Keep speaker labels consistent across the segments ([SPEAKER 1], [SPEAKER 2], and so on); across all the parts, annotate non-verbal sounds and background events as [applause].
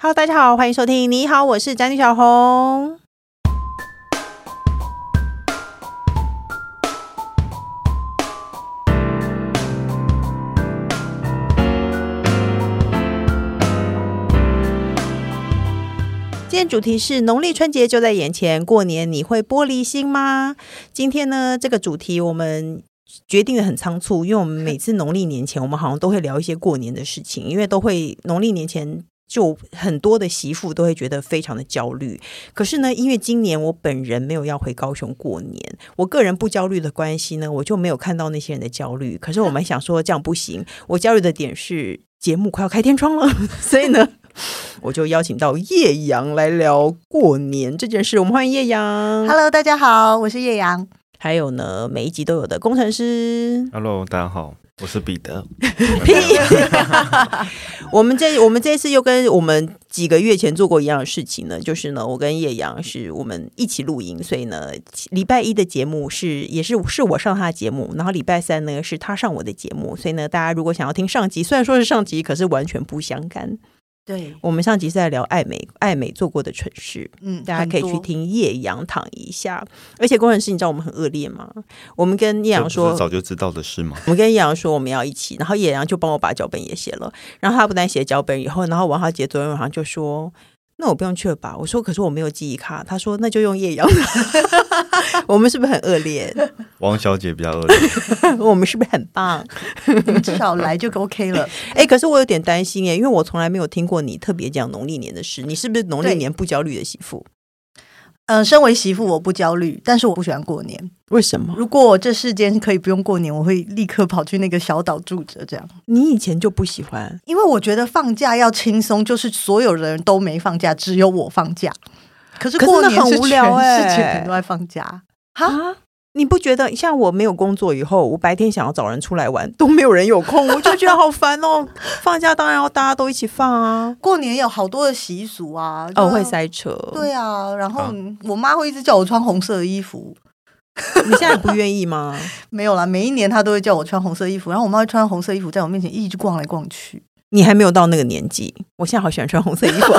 [SPEAKER 1] Hello，大家好，欢迎收听。你好，我是宅女小红。今天主题是农历春节就在眼前，过年你会玻璃心吗？今天呢，这个主题我们决定的很仓促，因为我们每次农历年前，我们好像都会聊一些过年的事情，因为都会农历年前。就很多的媳妇都会觉得非常的焦虑，可是呢，因为今年我本人没有要回高雄过年，我个人不焦虑的关系呢，我就没有看到那些人的焦虑。可是我们想说这样不行，我焦虑的点是节目快要开天窗了， [laughs] 所以呢，我就邀请到叶阳来聊过年这件事。我们欢迎叶阳。
[SPEAKER 2] Hello，大家好，我是叶阳。
[SPEAKER 1] 还有呢，每一集都有的工程
[SPEAKER 3] [laughs]
[SPEAKER 1] 师 [laughs]
[SPEAKER 3] Hello，大家好，我是彼得。
[SPEAKER 1] 屁，我们这我们这次又跟我们几个月前做过一样的事情呢，就是呢，我跟叶阳是我们一起录音，所以呢，礼拜一的节目是也是是我上他的节目，然后礼拜三呢是他上我的节目，所以呢，大家如果想要听上集，虽然说是上集，可是完全不相干。
[SPEAKER 2] 对，
[SPEAKER 1] 我们上集是在聊爱美，爱美做过的蠢事，
[SPEAKER 2] 嗯，
[SPEAKER 1] 大家可以去
[SPEAKER 2] 很多。
[SPEAKER 1] 听叶阳躺一下。而且工程师，你知道我们很恶劣吗？我们跟叶
[SPEAKER 3] 这
[SPEAKER 1] 阳
[SPEAKER 3] 不是
[SPEAKER 1] 说，
[SPEAKER 3] 早就知道的事吗？
[SPEAKER 1] 我们跟叶阳说我们要一起，然后叶阳就帮我把脚本也写了。然后他不但写脚本以后，然后王浩杰昨天晚上就说：“那我不用去了吧？”我说：“可是我没有记忆卡。”他说：“那就用叶阳。” [laughs] 我们是不是很恶劣？ [laughs]
[SPEAKER 3] 王小姐比较恶劣，
[SPEAKER 1] 我们是不是很棒？
[SPEAKER 2] 你们至少来就 OK
[SPEAKER 1] [laughs]
[SPEAKER 2] 了。
[SPEAKER 1] 哎，可是我有点担心耶，因为我从来没有听过你特别讲农历年的事。你是不是农历
[SPEAKER 2] 对
[SPEAKER 1] 年不焦虑的媳妇？
[SPEAKER 2] 嗯、身为媳妇我不焦虑，但是我不喜欢过年。
[SPEAKER 1] 为什么？
[SPEAKER 2] 如果这世间可以不用过年，我会立刻跑去那个小岛住着，这样，
[SPEAKER 1] 你以前就不喜欢？
[SPEAKER 2] 因为我觉得放假要轻松，就是所有人都没放假，只有我放假。可是
[SPEAKER 1] 可是
[SPEAKER 2] 过
[SPEAKER 1] 那
[SPEAKER 2] 年
[SPEAKER 1] 很
[SPEAKER 2] 是
[SPEAKER 1] 无聊
[SPEAKER 2] 全世
[SPEAKER 1] 欸
[SPEAKER 2] 界人都在放假，
[SPEAKER 1] 啊？你不觉得像我没有工作以后，我白天想要找人出来玩都没有人有 [laughs] 空，我就觉得好烦哦。放假当然要大家都一起放啊。
[SPEAKER 2] 过年有好多的习俗啊，
[SPEAKER 1] 哦，会
[SPEAKER 2] 就。
[SPEAKER 1] 塞车。
[SPEAKER 2] 对啊，然后
[SPEAKER 3] 啊
[SPEAKER 2] 我妈会一直叫我穿红色的衣服，
[SPEAKER 1] 你现在不愿意吗？
[SPEAKER 2] 没有啦，每一年她都会叫我穿红色衣服，然后我妈会穿红色衣服在我面前一直逛来逛去。
[SPEAKER 1] 你还没有到那个年纪。我现在好喜欢穿红色衣 [laughs] 服，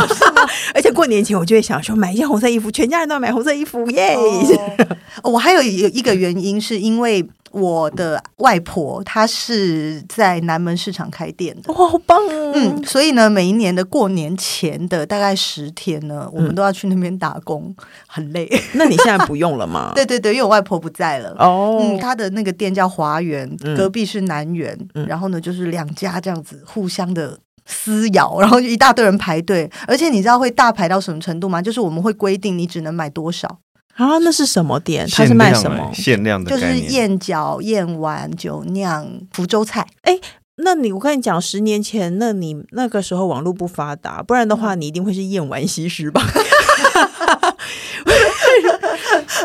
[SPEAKER 1] 而且过年前我就会想说买一件红色衣服，全家人都要买红色衣服，耶、
[SPEAKER 2] [laughs] 哦我还有有一个原因，是因为我的外婆她是在南门市场开店
[SPEAKER 1] [laughs]
[SPEAKER 2] 的。
[SPEAKER 1] 哇，好棒哦！
[SPEAKER 2] 嗯，所以呢，每一年的过年前的大概十天呢，我们都要去那边打工，很累。
[SPEAKER 1] 那你现在不用了 [laughs] 吗？
[SPEAKER 2] 对对对，因为我外婆不在了。
[SPEAKER 1] 哦，
[SPEAKER 2] 嗯，他的那个店叫华园，
[SPEAKER 1] 嗯
[SPEAKER 2] 隔壁是南园，
[SPEAKER 1] 嗯
[SPEAKER 2] 然后呢，就是两家这样子互相的撕咬， [laughs] 然后就一大堆人排队，而且你知道会大排到什么程度吗？就是我们会规定你只能买多少，
[SPEAKER 1] 啊，那是什么店？它
[SPEAKER 3] 限
[SPEAKER 1] 是卖啊
[SPEAKER 3] 量
[SPEAKER 1] 什
[SPEAKER 3] 欸
[SPEAKER 1] 么？
[SPEAKER 3] 限量的
[SPEAKER 2] 就
[SPEAKER 3] 概
[SPEAKER 2] 是
[SPEAKER 3] 念。
[SPEAKER 2] 燕饺、燕丸、酒酿、福州菜。
[SPEAKER 1] 那你我跟你讲，十年前，那你那个时候网络不发达，不然的
[SPEAKER 2] 嗯
[SPEAKER 1] 话，你一定会是厌完西施吧？ [laughs]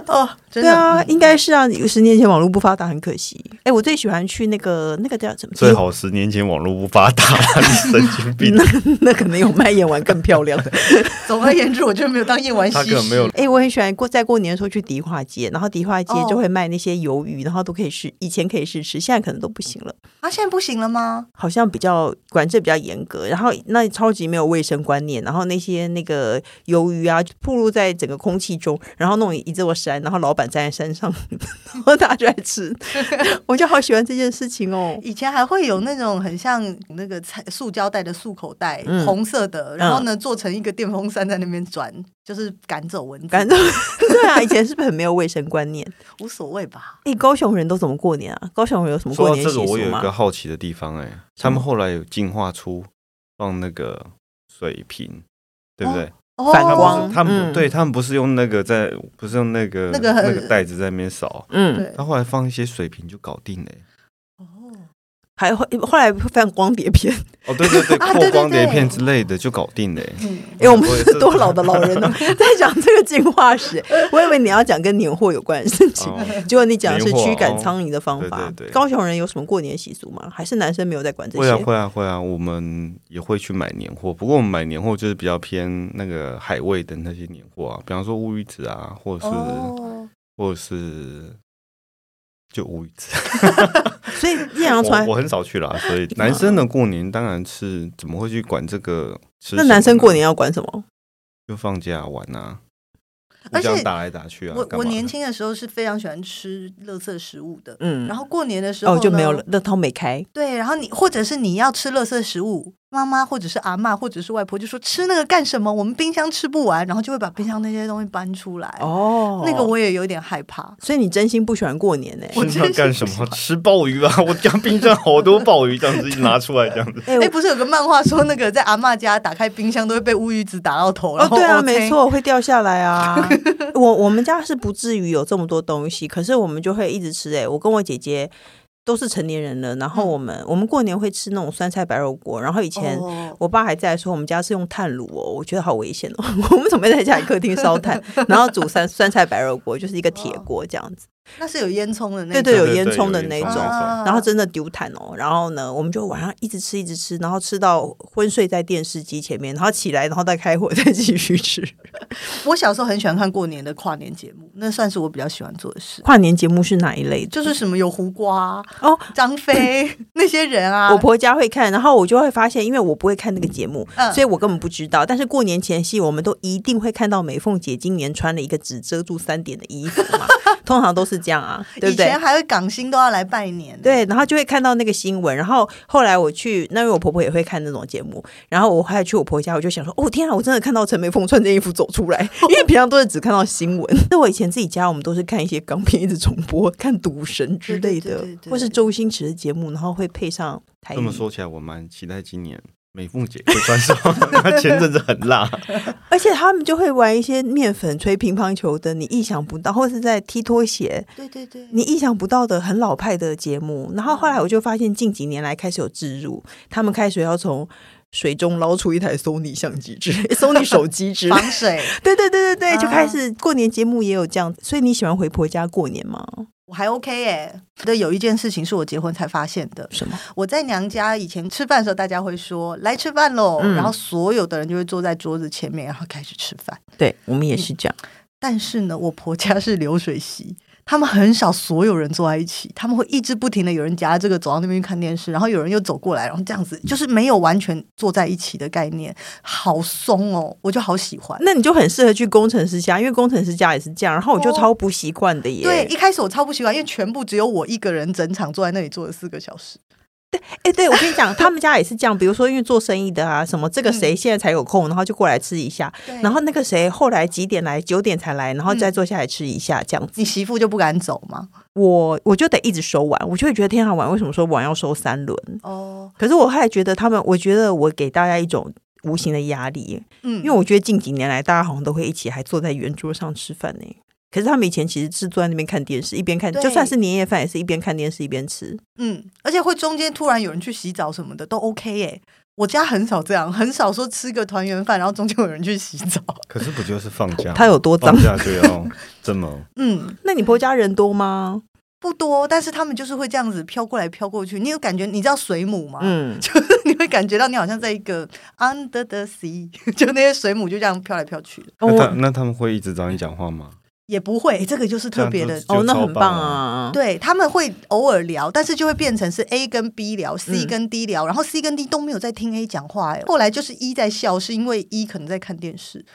[SPEAKER 2] 哦，真
[SPEAKER 1] 对
[SPEAKER 2] 的
[SPEAKER 1] 啊，
[SPEAKER 2] 嗯
[SPEAKER 1] 应该是啊。十年前网络不发达，很可惜。哎，我最喜欢去那个那个叫什么？
[SPEAKER 3] 最好十年前网络不发达，你神经病！
[SPEAKER 1] [laughs] 那可能有卖燕丸更漂亮的。
[SPEAKER 2] [laughs]
[SPEAKER 1] [laughs]
[SPEAKER 2] 总而言之，我就没有当燕
[SPEAKER 3] [laughs]
[SPEAKER 2] 丸西
[SPEAKER 3] 他根本
[SPEAKER 2] 施。
[SPEAKER 3] 没有
[SPEAKER 1] 哎、我很喜欢过在过年的时候去迪化街，然后迪化街
[SPEAKER 2] 哦
[SPEAKER 1] 就会卖那些鱿鱼，然后都可以试，以前可以试吃，现在可能都不行了，
[SPEAKER 2] 啊，现在不行了吗？
[SPEAKER 1] 好像比较管制比较严格，然后那超级没有卫生观念，然后那些那个鱿鱼啊，暴露在整个空气中，然后弄一座山，然后老板站在山上，然后大家就来吃，我就好喜欢这件事情
[SPEAKER 2] [laughs]
[SPEAKER 1] 哦。
[SPEAKER 2] 以前还会有那种很像那个菜塑胶袋的塑口袋，
[SPEAKER 1] 嗯
[SPEAKER 2] 红色的，然后呢、做成一个电风扇在那边转，就是赶走蚊子，
[SPEAKER 1] 感动，对啊，以前是不是很没有卫生观念？
[SPEAKER 2] 无所谓吧？
[SPEAKER 1] 哎、高雄人都怎么过年啊？高雄人有什么
[SPEAKER 3] 说
[SPEAKER 1] 过
[SPEAKER 3] 到
[SPEAKER 1] 年习
[SPEAKER 3] 哦这
[SPEAKER 1] 俗
[SPEAKER 3] 个，
[SPEAKER 1] 吗？
[SPEAKER 3] 我有一个好奇的地方、哎，他们后来有进化出放那个水瓶，对不对？
[SPEAKER 2] 哦
[SPEAKER 1] 反
[SPEAKER 3] 他
[SPEAKER 1] 光
[SPEAKER 3] 们是他们
[SPEAKER 1] 嗯
[SPEAKER 3] 不对他们不是用那个在，不是用那个
[SPEAKER 2] 那个很
[SPEAKER 3] 那个袋子在那边扫，
[SPEAKER 1] [laughs] 嗯，
[SPEAKER 2] 对
[SPEAKER 3] 他后来放一些水瓶就搞定了、哎
[SPEAKER 2] 哦
[SPEAKER 1] 还会后来会放光碟片。
[SPEAKER 3] 哦，对对对，
[SPEAKER 2] 啊
[SPEAKER 3] 破
[SPEAKER 2] 对对
[SPEAKER 3] 光碟
[SPEAKER 2] 对
[SPEAKER 3] 片之类的就搞定了、哎
[SPEAKER 2] 嗯，
[SPEAKER 1] 因为我们是
[SPEAKER 3] 哦
[SPEAKER 1] 多老的老人
[SPEAKER 3] [laughs]
[SPEAKER 1] 了，在讲这个进化史。我以为你要讲跟年货有关的事情，
[SPEAKER 3] 哦
[SPEAKER 1] 结果你讲的是
[SPEAKER 3] 年货
[SPEAKER 1] 驱赶
[SPEAKER 3] 哦
[SPEAKER 1] 苍蝇的方法。
[SPEAKER 3] 对对对
[SPEAKER 1] 高雄人有什么过年习俗吗？还是男生没有在管这
[SPEAKER 3] 会
[SPEAKER 1] 些？
[SPEAKER 3] 啊会啊会啊，我们也会去买年货，不过我们买年货就是比较偏那个海味的那些年货啊，比方说乌鱼子啊，或者是、
[SPEAKER 2] 哦，
[SPEAKER 3] 或者是就乌鱼子。
[SPEAKER 1] 所以艳阳
[SPEAKER 3] 我
[SPEAKER 1] 船
[SPEAKER 3] 我很少去啦，所以男生的过年当然是怎么会去管这个吃
[SPEAKER 1] 那
[SPEAKER 3] 什么
[SPEAKER 1] 男生
[SPEAKER 3] 呢
[SPEAKER 1] 过年要管什么？
[SPEAKER 3] 就放假玩啊，
[SPEAKER 2] 而且
[SPEAKER 3] 互相打来打去啊。
[SPEAKER 2] 我
[SPEAKER 3] 干
[SPEAKER 2] 我
[SPEAKER 3] 嘛的
[SPEAKER 2] 年轻的时候是非常喜欢吃乐色食物的，
[SPEAKER 1] 嗯，
[SPEAKER 2] 然后过年的时候
[SPEAKER 1] 哦就没有
[SPEAKER 2] 呢
[SPEAKER 1] 了，那汤没开，
[SPEAKER 2] 对，然后你或者是你要吃垃圾食物，妈妈或者是阿嬷或者是外婆就说吃那个干什么？我们冰箱吃不完，然后就会把冰箱那些东西搬出来。
[SPEAKER 1] 哦，
[SPEAKER 2] 那个，我也有点害怕。
[SPEAKER 1] 所以你真心不喜欢过年呢、
[SPEAKER 3] [laughs]
[SPEAKER 2] 我
[SPEAKER 3] 是要
[SPEAKER 2] 真是
[SPEAKER 3] 干
[SPEAKER 2] 不
[SPEAKER 3] 什
[SPEAKER 2] 喜
[SPEAKER 3] 么？吃鲍鱼啊！我家冰箱好多鲍鱼，这样子一拿出来，这样子
[SPEAKER 1] 哎、
[SPEAKER 2] 哎、
[SPEAKER 1] 我
[SPEAKER 2] 不是有个漫画说那个在阿嬷家打开冰箱都会被乌鱼子打到头？
[SPEAKER 1] 哦，对啊，
[SPEAKER 2] 然后 OK
[SPEAKER 1] 没。错，会掉下来啊。我我们家是不至于有这么多东西，可是我们就会一直吃、欸。哎，我跟我姐姐都是成年人了，然后
[SPEAKER 2] 嗯
[SPEAKER 1] 我们、我们过年会吃那种酸菜白肉锅，然后以前。
[SPEAKER 2] 哦
[SPEAKER 1] 我爸还在说，我们家是用炭炉哦，我觉得好危险哦。 [laughs] 我们怎么会在家里客厅烧炭，然后煮酸酸菜白肉锅，就是一个铁锅这样子。
[SPEAKER 2] 那是有烟囱的那
[SPEAKER 1] 对
[SPEAKER 2] 种
[SPEAKER 1] 对有
[SPEAKER 3] 对
[SPEAKER 1] 烟
[SPEAKER 3] 对
[SPEAKER 1] 囱的
[SPEAKER 3] 有
[SPEAKER 1] 那
[SPEAKER 3] 烟囱
[SPEAKER 1] 种
[SPEAKER 2] 啊
[SPEAKER 1] 然后真的丢炭哦，然后呢，我们就晚上一直吃，一直吃，然后吃到昏睡在电视机前面，然后起来，然后再开火， [laughs] 再继续吃。
[SPEAKER 2] 我小时候很喜欢看过年的跨年节目，那算是我比较喜欢做的事，
[SPEAKER 1] 跨年节目是哪一类的？
[SPEAKER 2] 就是什么有胡瓜、
[SPEAKER 1] 哦，
[SPEAKER 2] 张飞 [laughs] 那些人啊，
[SPEAKER 1] 我婆家会看，然后我就会发现，因为我不会看那个节目，
[SPEAKER 2] 嗯
[SPEAKER 1] 所以我根本不知道。但是过年前夕，我们都一定会看到美凤姐今年穿了一个只遮住三点的衣服嘛，通常都是这样啊，对
[SPEAKER 2] 以
[SPEAKER 1] 不对
[SPEAKER 2] 前？还会港星都要来拜年呢，
[SPEAKER 1] 对，然后就会看到那个新闻，然后后来我去，那因为我婆婆也会看那种节目，然后我后来去我婆家，我就想说，哦天啊，我真的看到陈美凤穿这衣服走出来，因为平常都是只看到新闻。 [laughs] 那我以前自己家，我们都是看一些港片一直重播，看赌神之类的，
[SPEAKER 2] 对对对对对
[SPEAKER 1] 或是周星驰的节目，然后会配上台
[SPEAKER 3] 这
[SPEAKER 1] 语
[SPEAKER 3] 么说起来，我蛮期待今年美凤姐会穿什么。 [laughs] 她前阵子很辣，
[SPEAKER 1] 而且他们就会玩一些面粉吹乒乓球的，你意想不到，或是在踢拖鞋，
[SPEAKER 2] 对对对，
[SPEAKER 1] 你意想不到的很老派的节目。然后后来我就发现，近几年来开始有置入，他们开始要从水中捞出一台 Sony 相机之类、Sony 手机之类
[SPEAKER 2] 防。水。
[SPEAKER 1] 对对对对对，就
[SPEAKER 2] 啊
[SPEAKER 1] 开始过年节目也有这样子，所以你喜欢回婆家过年吗？
[SPEAKER 2] 我还 OK 哎、对，有一件事情是我结婚才发现的。
[SPEAKER 1] 什么？
[SPEAKER 2] 我在娘家以前吃饭的时候，大家会说“来吃饭喽”，
[SPEAKER 1] 嗯
[SPEAKER 2] 然后所有的人就会坐在桌子前面，然后开始吃饭。
[SPEAKER 1] 对我们也是这样。
[SPEAKER 2] 但是呢，我婆家是流水席，他们很少所有人坐在一起，他们会一直不停的有人夹着这个走到那边去看电视，然后有人又走过来，然后这样子，就是没有完全坐在一起的概念，好松哦，我就好喜欢。
[SPEAKER 1] 那你就很适合去工程师家，因为工程师家也是这样。然后我就超不习惯的耶。
[SPEAKER 2] 对，一开始我超不习惯，因为全部只有我一个人，整场坐在那里坐了四个小时。
[SPEAKER 1] 哎、对我跟你讲，他们家也是这样。比如说，因为做生意的啊，什么这个谁现在才有空，然后就过来吃一下，
[SPEAKER 2] 对
[SPEAKER 1] 然后那个谁后来几点来，九点才来，然后再坐下来吃一下，这样子。
[SPEAKER 2] 你媳妇就不敢走吗？
[SPEAKER 1] 我我就得一直收碗，我就会觉得天啊，碗为什么说碗要收三轮？
[SPEAKER 2] 哦，
[SPEAKER 1] 可是我后来觉得他们，我觉得我给大家一种。无形的压力，
[SPEAKER 2] 嗯，
[SPEAKER 1] 因为我觉得近几年来，大家好像都会一起还坐在圆桌上吃饭呢、可是他们以前其实是坐在那边看电视，一边看，
[SPEAKER 2] 对
[SPEAKER 1] 就算是年夜饭，也是一边看电视一边吃。
[SPEAKER 2] 嗯，而且会中间突然有人去洗澡什么的都 OK 耶、我家很少这样，很少说吃个团圆饭，然后中间有人去洗澡。
[SPEAKER 3] [laughs] 可是不就是放假？
[SPEAKER 1] 他有多脏
[SPEAKER 3] 放？假就要这么
[SPEAKER 2] 嗯，
[SPEAKER 1] 那你婆家人多吗？
[SPEAKER 2] 不多，但是他们就是会这样子飘过来飘过去。你有感觉？你知道水母吗？
[SPEAKER 1] 嗯， [laughs]
[SPEAKER 2] 就是 [laughs] 你会感觉到你好像在一个 under the sea，就 [laughs] 那些水母就这样飘来飘去的，
[SPEAKER 1] 哦
[SPEAKER 3] 那他
[SPEAKER 1] 我
[SPEAKER 3] 那他们会一直找你讲话吗？
[SPEAKER 2] 也不会。这个就是特别的
[SPEAKER 3] 这样子
[SPEAKER 1] 哦，那
[SPEAKER 3] 就超
[SPEAKER 1] 很棒
[SPEAKER 3] 棒
[SPEAKER 1] 啊！
[SPEAKER 2] 对，他们会偶尔聊，但是就会变成是 A 跟 B 聊，C
[SPEAKER 1] 嗯
[SPEAKER 2] 跟 D 聊，然后 C 跟 D 都没有在听 A 讲话、哎，后来就是一、在笑，是因为一、可能在看电视。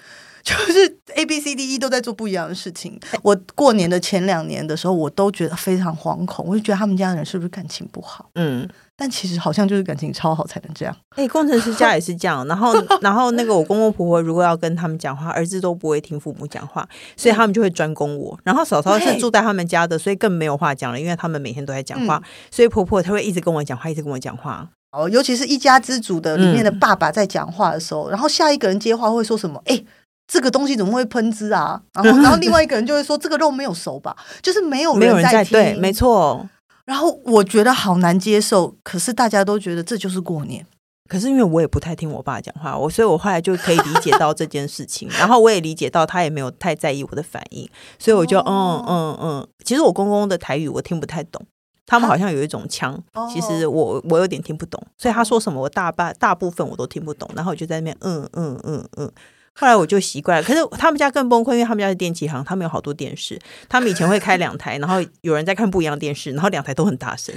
[SPEAKER 2] [laughs] 就是 A B C D E 都在做不一样的事情。我过年的前两年的时候，我都觉得非常惶恐，我就觉得他们家的人是不是感情不好？
[SPEAKER 1] 嗯，
[SPEAKER 2] 但其实好像就是感情超好才能这样。
[SPEAKER 1] 哎、工程师家也是这样。然
[SPEAKER 2] [laughs]
[SPEAKER 1] 后，然后那个我公公婆婆如果要跟他们讲话，儿子都不会听父母讲话，所以他们就会专攻我。然后嫂嫂是
[SPEAKER 2] 嗯对
[SPEAKER 1] 住在他们家的，所以更没有话讲了，因为他们每天都在讲
[SPEAKER 2] 嗯
[SPEAKER 1] 话，所以婆婆她会一直跟我讲话，一直跟我讲话。
[SPEAKER 2] 哦，尤其是一家之主的里面的
[SPEAKER 1] 嗯
[SPEAKER 2] 爸爸在讲话的时候，然后下一个人接话会说什么？哎、这个东西怎么会喷汁啊？然后，然后另外一个人就会说这个肉没有熟吧，就是没有
[SPEAKER 1] 没有人
[SPEAKER 2] 哦
[SPEAKER 1] 在
[SPEAKER 2] 在
[SPEAKER 1] 对，没。错。
[SPEAKER 2] 然后我觉得好难接受，可是大家都觉得这就是过年。
[SPEAKER 1] 可是因为我也不太听我爸讲话，我所以我后来就可以理解到这件事
[SPEAKER 2] [laughs]
[SPEAKER 1] 情，然后我也理解到他也没有太在意我的反应，所以我就
[SPEAKER 2] 哦
[SPEAKER 1] 嗯嗯嗯。其实我公公的台语我听不太懂，他们好像有一种腔，
[SPEAKER 2] 哦
[SPEAKER 1] 其实我我有点听不懂，所以他说什么我大半大部分我都听不懂，然后我就在那边嗯嗯嗯嗯。后来我就习惯了，可是他们家更崩溃，因为他们家是电器行，他们有好多电视，他们以前会开两台，然后有人在看不一样的电视，然后两台都很大声，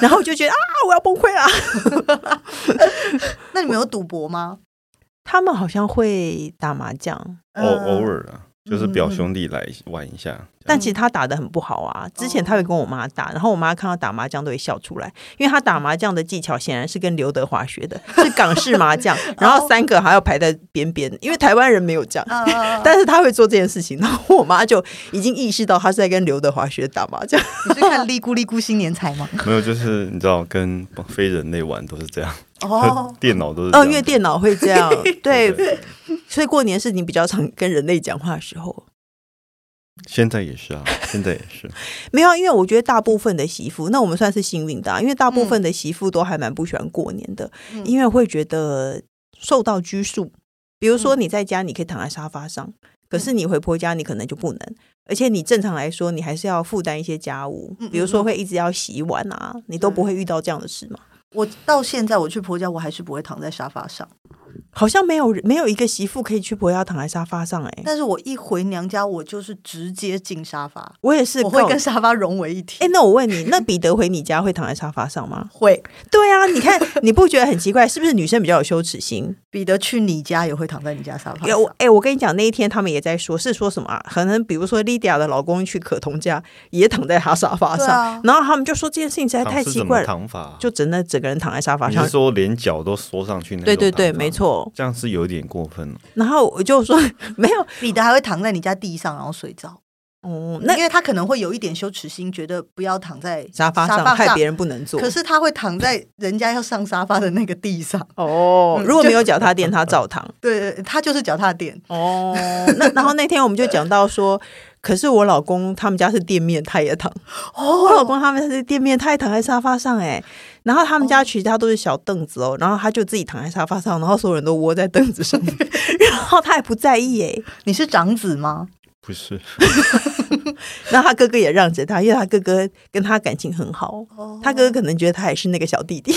[SPEAKER 1] 然啊后我就觉得啊，我要崩溃啦。 [laughs]
[SPEAKER 2] 那你们有赌博吗？
[SPEAKER 1] 他们好像会打麻将，
[SPEAKER 3] 偶偶尔啊，就是表
[SPEAKER 2] 嗯嗯
[SPEAKER 3] 兄弟来玩一下。这
[SPEAKER 1] 但
[SPEAKER 3] 样
[SPEAKER 1] 其实他打的很不好啊。之前他
[SPEAKER 3] 哦
[SPEAKER 1] 会跟我妈打，然后我妈看到打麻将都会笑出来，因为他打麻将的技巧显然是跟刘德华学的，是港式麻
[SPEAKER 3] [laughs]
[SPEAKER 1] 将， [laughs] 然
[SPEAKER 3] 哦
[SPEAKER 1] 后三个还要排在边边，因为台湾人没有这样。
[SPEAKER 2] 嗯，啊
[SPEAKER 1] 但是他会做这件事情，然后我妈就已经意识到他是在跟刘德华学打麻将。
[SPEAKER 2] 你是看《利咕利咕新年财》
[SPEAKER 1] [laughs]
[SPEAKER 2] 吗？
[SPEAKER 3] 没有，就是你知道，跟非人类玩都是这样，
[SPEAKER 2] 哦
[SPEAKER 3] [laughs] ，电脑都是这
[SPEAKER 1] 哦，
[SPEAKER 3] 样
[SPEAKER 1] 因为电脑会这样，
[SPEAKER 3] [laughs] 对
[SPEAKER 1] 对，所以过年是你比较常跟人类讲话的时候。
[SPEAKER 3] 现在也是啊，现在也是，
[SPEAKER 1] 没有啊，因为我觉得大部分的媳妇，那我们算是幸运的、啊，因为大部分的媳妇都还蛮不喜欢过年的，
[SPEAKER 2] 嗯
[SPEAKER 1] 因为会觉得受到拘束。比如
[SPEAKER 2] 嗯
[SPEAKER 1] 说你在家，你可以躺在沙发上，可是你回婆家，你可能就不能。而且你正常来说，你还是要负担一些家务
[SPEAKER 2] 嗯嗯，嗯
[SPEAKER 1] 比如说会一直要洗碗啊，你都不会遇到这样的事嘛。
[SPEAKER 2] 我到现在我去婆家，我还是不会躺在沙发上。
[SPEAKER 1] 好像没有人没有一个媳妇可以去婆家躺在沙发上哎、
[SPEAKER 2] 但是我一回娘家，我就是直接进沙发，
[SPEAKER 1] 我也是
[SPEAKER 2] 我会
[SPEAKER 1] 告
[SPEAKER 2] 跟沙发融为一体。
[SPEAKER 1] 哎、那我问你，那彼得回你家会躺在沙发上
[SPEAKER 2] [laughs]
[SPEAKER 1] 吗？
[SPEAKER 2] 会，
[SPEAKER 1] 对啊，你看，你不觉得很奇怪？是不是女生比较有羞耻心？
[SPEAKER 2] 彼得去你家也会躺在你家沙发
[SPEAKER 1] 有
[SPEAKER 2] 上。
[SPEAKER 1] 哎、我跟你讲，那一天他们也在说，是说什么啊？可能比如说 Lydia 的老公去可彤家，也躺在他沙发
[SPEAKER 2] 对
[SPEAKER 1] 上，
[SPEAKER 2] 啊
[SPEAKER 1] 然后他们就说这件事情实在
[SPEAKER 3] 躺
[SPEAKER 1] 哎太
[SPEAKER 3] 是
[SPEAKER 1] 奇
[SPEAKER 3] 怎么
[SPEAKER 1] 怪了，
[SPEAKER 3] 躺法啊，
[SPEAKER 1] 就整的整个人躺在沙发
[SPEAKER 3] 你
[SPEAKER 1] 上
[SPEAKER 3] 是。说连脚都缩上去那种
[SPEAKER 1] 对对对，
[SPEAKER 3] 躺法
[SPEAKER 1] 没，错。
[SPEAKER 3] 这样是有点过分了。
[SPEAKER 1] 然后我就说 [laughs] 没有，
[SPEAKER 2] 彼得还会躺在你家地上，然后睡着。
[SPEAKER 1] 哦、那
[SPEAKER 2] 因为他可能会有一点羞耻心，觉得不要躺在
[SPEAKER 1] 沙发上
[SPEAKER 2] 上，
[SPEAKER 1] 害别人不能坐。
[SPEAKER 2] 可是他会躺在人家要上沙发的那个地上。
[SPEAKER 1] 哦，
[SPEAKER 2] 嗯
[SPEAKER 1] 如果
[SPEAKER 2] 就
[SPEAKER 1] 没有脚踏垫，他照躺。
[SPEAKER 2] [laughs] 对，他就是脚踏垫。
[SPEAKER 1] 哦，那然后那天我们就讲到说，可是我老公他们家是店面，他也躺。我老
[SPEAKER 2] 哦，
[SPEAKER 1] 公他们是店面，他也躺在沙发上哎、然后他们
[SPEAKER 2] 哦
[SPEAKER 1] 家其他都是小凳子哦，然后他就自己躺在沙发上，然后所有人都窝在凳子上面， [laughs] 然后他也不在意哎、
[SPEAKER 2] 你是长子吗？
[SPEAKER 3] 不是，
[SPEAKER 1] 然后他哥哥也让着他，因为他哥哥跟他感情很好，
[SPEAKER 2] 哦
[SPEAKER 1] 他哥哥可能觉得他还是那个小弟
[SPEAKER 2] [laughs]
[SPEAKER 1] 弟，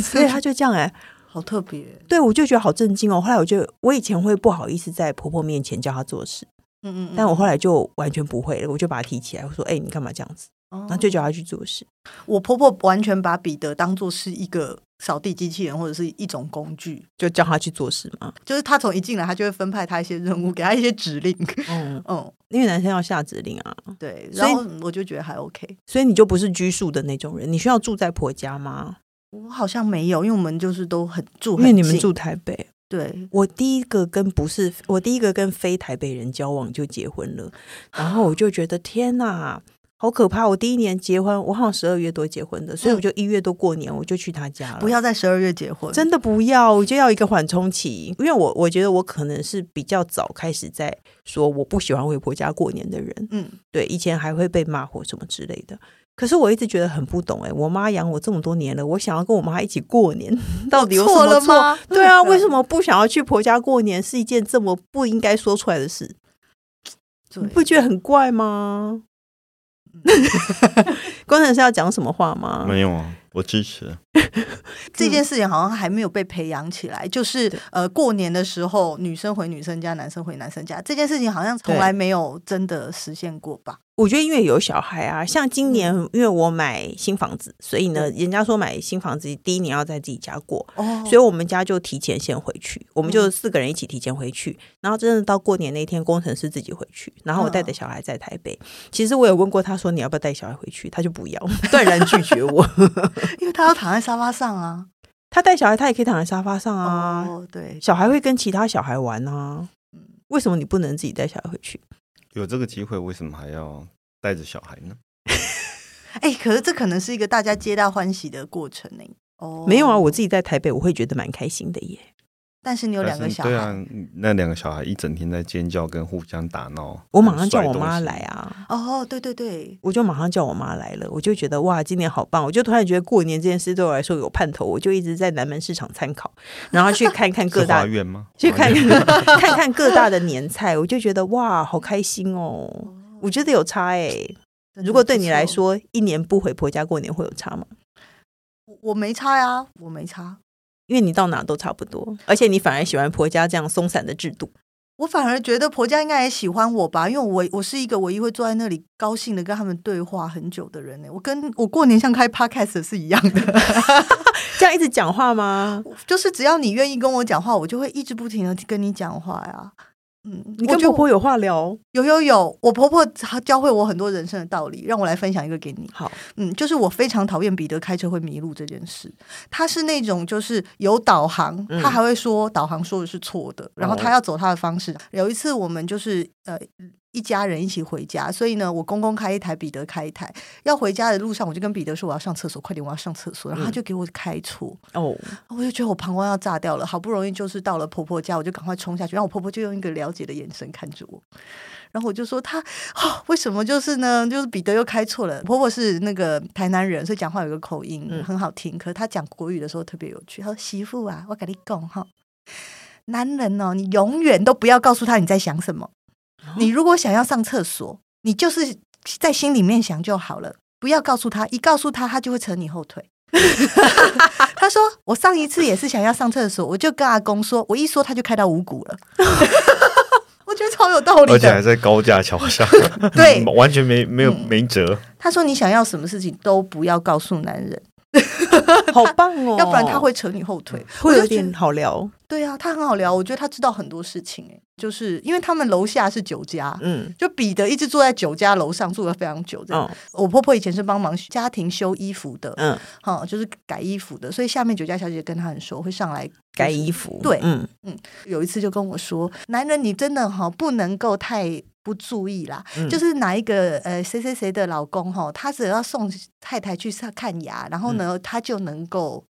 [SPEAKER 1] 所以他就这样哎、
[SPEAKER 2] 好特别。
[SPEAKER 1] 对我就觉得好震惊哦。后来我就我以前会不好意思在婆婆面前叫她做事，
[SPEAKER 2] 嗯嗯，
[SPEAKER 1] 但我后来就完全不会了，我就把她提起来，我说：“哎、你干嘛这样子？”
[SPEAKER 2] 嗯
[SPEAKER 1] 然后就叫她去做事。
[SPEAKER 2] 我婆婆完全把彼得当做是一个扫地机器人或者是一种工具，
[SPEAKER 1] 就叫她去做事嘛，
[SPEAKER 2] 就是她从一进来，她就会分派她一些任务，给她一些指令。 [laughs]
[SPEAKER 1] 嗯，
[SPEAKER 2] 嗯，
[SPEAKER 1] 因为男生要下指令啊，
[SPEAKER 2] 对，
[SPEAKER 1] 所以
[SPEAKER 2] 然后我就觉得还 OK。
[SPEAKER 1] 所以你就不是拘束的那种人。你需要住在婆家吗？
[SPEAKER 2] 我好像没有，因为我们就是都很
[SPEAKER 1] 因
[SPEAKER 2] 住很
[SPEAKER 1] 为
[SPEAKER 2] 近，
[SPEAKER 1] 你们住台北。
[SPEAKER 2] 对，
[SPEAKER 1] 我第一个跟不是我第一个跟非台北人交往就结婚了，然后我就觉得天哪，好可怕！我第一年结婚，我好像十二月多结婚的，所以我就一月多过年我就去他家了。
[SPEAKER 2] 不要在十二月结婚，
[SPEAKER 1] 真的不要，我就要一个缓冲期，因为我我觉得我可能是比较早开始在说我不喜欢回婆家过年的人，
[SPEAKER 2] 嗯，
[SPEAKER 1] 对，以前还会被骂或什么之类的。可是我一直觉得很不懂哎、我妈养我这么多年了，我想要跟我妈一起过年， [laughs] 到底有什
[SPEAKER 2] 错
[SPEAKER 1] 么
[SPEAKER 2] 了
[SPEAKER 1] 错？
[SPEAKER 2] 吗？
[SPEAKER 1] 对啊，
[SPEAKER 2] 嗯
[SPEAKER 1] 为什？么不想要去婆家过年是一件这么不应该说出来的事？
[SPEAKER 2] 对
[SPEAKER 1] 你不觉得很怪吗？ [laughs] 工程师要讲什么话吗？
[SPEAKER 3] 没有啊，我支持。
[SPEAKER 2] 这件事情好像还没有被培养起来，就是呃，过年的时候女生回女生家，男生回男生家，这件事情好像从
[SPEAKER 1] 对
[SPEAKER 2] 来没有真的实现过吧？
[SPEAKER 1] 我觉得因为有小孩啊，像今
[SPEAKER 2] 嗯
[SPEAKER 1] 年因为我买新房子，所以呢，人家说买新房子第一年要在自己家过，
[SPEAKER 2] 哦嗯
[SPEAKER 1] 所以我们家就提前先回去，我们就四个人一起提前回去，然后真的到过年那天，工程师自己回去，然后我带着小孩在台北。
[SPEAKER 2] 嗯
[SPEAKER 1] 其实我有问过他说你要不要带小孩回去，他就不
[SPEAKER 2] [laughs]
[SPEAKER 1] 要， [laughs] 断然拒绝我。
[SPEAKER 2] 因为他要躺在沙发上啊。
[SPEAKER 1] 他带小孩，他也可以躺在沙发上啊，
[SPEAKER 2] 哦，嗯对，
[SPEAKER 1] 小孩会跟其他小孩玩啊。为什么你不能自己带小孩回去？
[SPEAKER 3] 有这个机会，为什么还要带着小孩呢？
[SPEAKER 2] 哎，可是这可能是一个大家皆大欢喜的过程呢。哦，
[SPEAKER 1] 没有啊，我自己在台北，我会觉得蛮开心的耶。
[SPEAKER 2] 但是你有两个
[SPEAKER 3] 但是
[SPEAKER 2] 小
[SPEAKER 3] 对
[SPEAKER 2] 孩
[SPEAKER 3] 啊，那两个小孩一整天在尖叫跟互相打闹，
[SPEAKER 1] 我马上
[SPEAKER 3] 甩
[SPEAKER 1] 叫我
[SPEAKER 3] 东
[SPEAKER 1] 妈
[SPEAKER 3] 西
[SPEAKER 1] 来。啊，
[SPEAKER 2] 哦，对对对，
[SPEAKER 1] 我就马上叫我妈来了，我就觉得哇，今年好棒！我就突然觉得过年这件事对我来说有盼头，我就一直在南门市场参考，然后去看看各
[SPEAKER 3] 是
[SPEAKER 1] 大
[SPEAKER 3] 花园吗？
[SPEAKER 1] [laughs] 去
[SPEAKER 3] 花
[SPEAKER 1] 看
[SPEAKER 3] 园
[SPEAKER 1] 看看看各大的年菜，我就觉得哇，好开心哦！我觉得有差哎、
[SPEAKER 2] 真的
[SPEAKER 1] 如果对
[SPEAKER 2] 哦不
[SPEAKER 1] 你
[SPEAKER 2] 错
[SPEAKER 1] 来，说，一年不回婆家过年会有差吗？
[SPEAKER 2] 我我没差呀，我没差。
[SPEAKER 1] 因为你到哪都差不多，而且你反而喜欢婆家这样松散的制度。
[SPEAKER 2] 我反而觉得婆家应该也喜欢我吧，因为我我是一个唯一会坐在那里高兴的跟他们对话很久的人呢。我跟我过年像开 podcast 是一样
[SPEAKER 1] [laughs]
[SPEAKER 2] 的，
[SPEAKER 1] 这样一直讲话吗？
[SPEAKER 2] 就是只要你愿意跟我讲话，我就会一直不停的跟你讲话呀。嗯，
[SPEAKER 1] 你
[SPEAKER 2] 我
[SPEAKER 1] 跟
[SPEAKER 2] 觉得
[SPEAKER 1] 婆婆有话聊？
[SPEAKER 2] 有有有，我婆婆她教会我很多人生的道理，让我来分享一个给你。
[SPEAKER 1] 好，
[SPEAKER 2] 嗯，就是我非常讨厌彼得开车会迷路这件事。他是那种就是有导航，
[SPEAKER 1] 嗯哦
[SPEAKER 2] 他还会说导航说的是错的，然后他要走他的方式。有一次我们就是呃一家人一起回家，所以呢我公公开一台，彼得开一台。要回家的路上，我就跟彼得说我要上厕所，快点我要上厕所，然
[SPEAKER 1] 嗯
[SPEAKER 2] 后他就给我开错。
[SPEAKER 1] 哦，
[SPEAKER 2] 我就觉得我膀胱要炸掉了，好不容易就是到了婆婆家，我就赶快冲下去，然后我婆婆就用一个了解的眼神看着我，然后我就说她哦，为什么就是呢？就是彼得又开错了。婆婆是那个台南人，所以讲话有个口音、
[SPEAKER 1] 嗯
[SPEAKER 2] 很好听，可是她讲国语的时候特别有趣。她说：“媳妇啊，我跟你讲哈，男人哦，你永远都不要告诉他你在想什么。
[SPEAKER 4] 哦
[SPEAKER 2] 你如果想要上厕所，你就是在心里面想就好了，不要告诉他，一告诉他他就会扯你后腿。 [laughs] 他说：“我上一次也是想要上厕所，我就跟阿公说，我一说他就开到五谷了。 [laughs] 我觉得超有道理
[SPEAKER 4] 而且还
[SPEAKER 2] 的。
[SPEAKER 4] 在高架桥
[SPEAKER 1] [laughs]
[SPEAKER 4] 上，
[SPEAKER 3] [laughs]
[SPEAKER 2] 对，
[SPEAKER 4] 完全没没有
[SPEAKER 2] 嗯
[SPEAKER 4] 没辙。
[SPEAKER 2] 他说你想要什么事情都不要告诉男人，
[SPEAKER 1] 好棒哦！嗯
[SPEAKER 2] [laughs] 要不然他会扯你后腿。
[SPEAKER 1] 会有
[SPEAKER 2] 我就觉得
[SPEAKER 1] 点好聊。
[SPEAKER 2] 对啊，他很好聊，我觉得他知道很多事情、欸，就是因为他们楼下是酒家。
[SPEAKER 1] 嗯，
[SPEAKER 2] 就彼得一直坐在酒家楼上住了非常久，这样。
[SPEAKER 1] 哦，
[SPEAKER 2] 我婆婆以前是帮忙家庭修衣服的，
[SPEAKER 1] 嗯，
[SPEAKER 2] 哈、就是改衣服的，所以下面酒家小姐跟她很熟，会上来
[SPEAKER 1] 改衣服。
[SPEAKER 2] 对
[SPEAKER 1] 嗯，
[SPEAKER 2] 有一次就跟我说，男人你真的哈、不能够太不注意啦，
[SPEAKER 1] 嗯
[SPEAKER 2] 就是哪一个呃谁谁谁的老公哈、他只要送太太去上看牙，然后
[SPEAKER 1] 嗯
[SPEAKER 2] 呢、他就能够。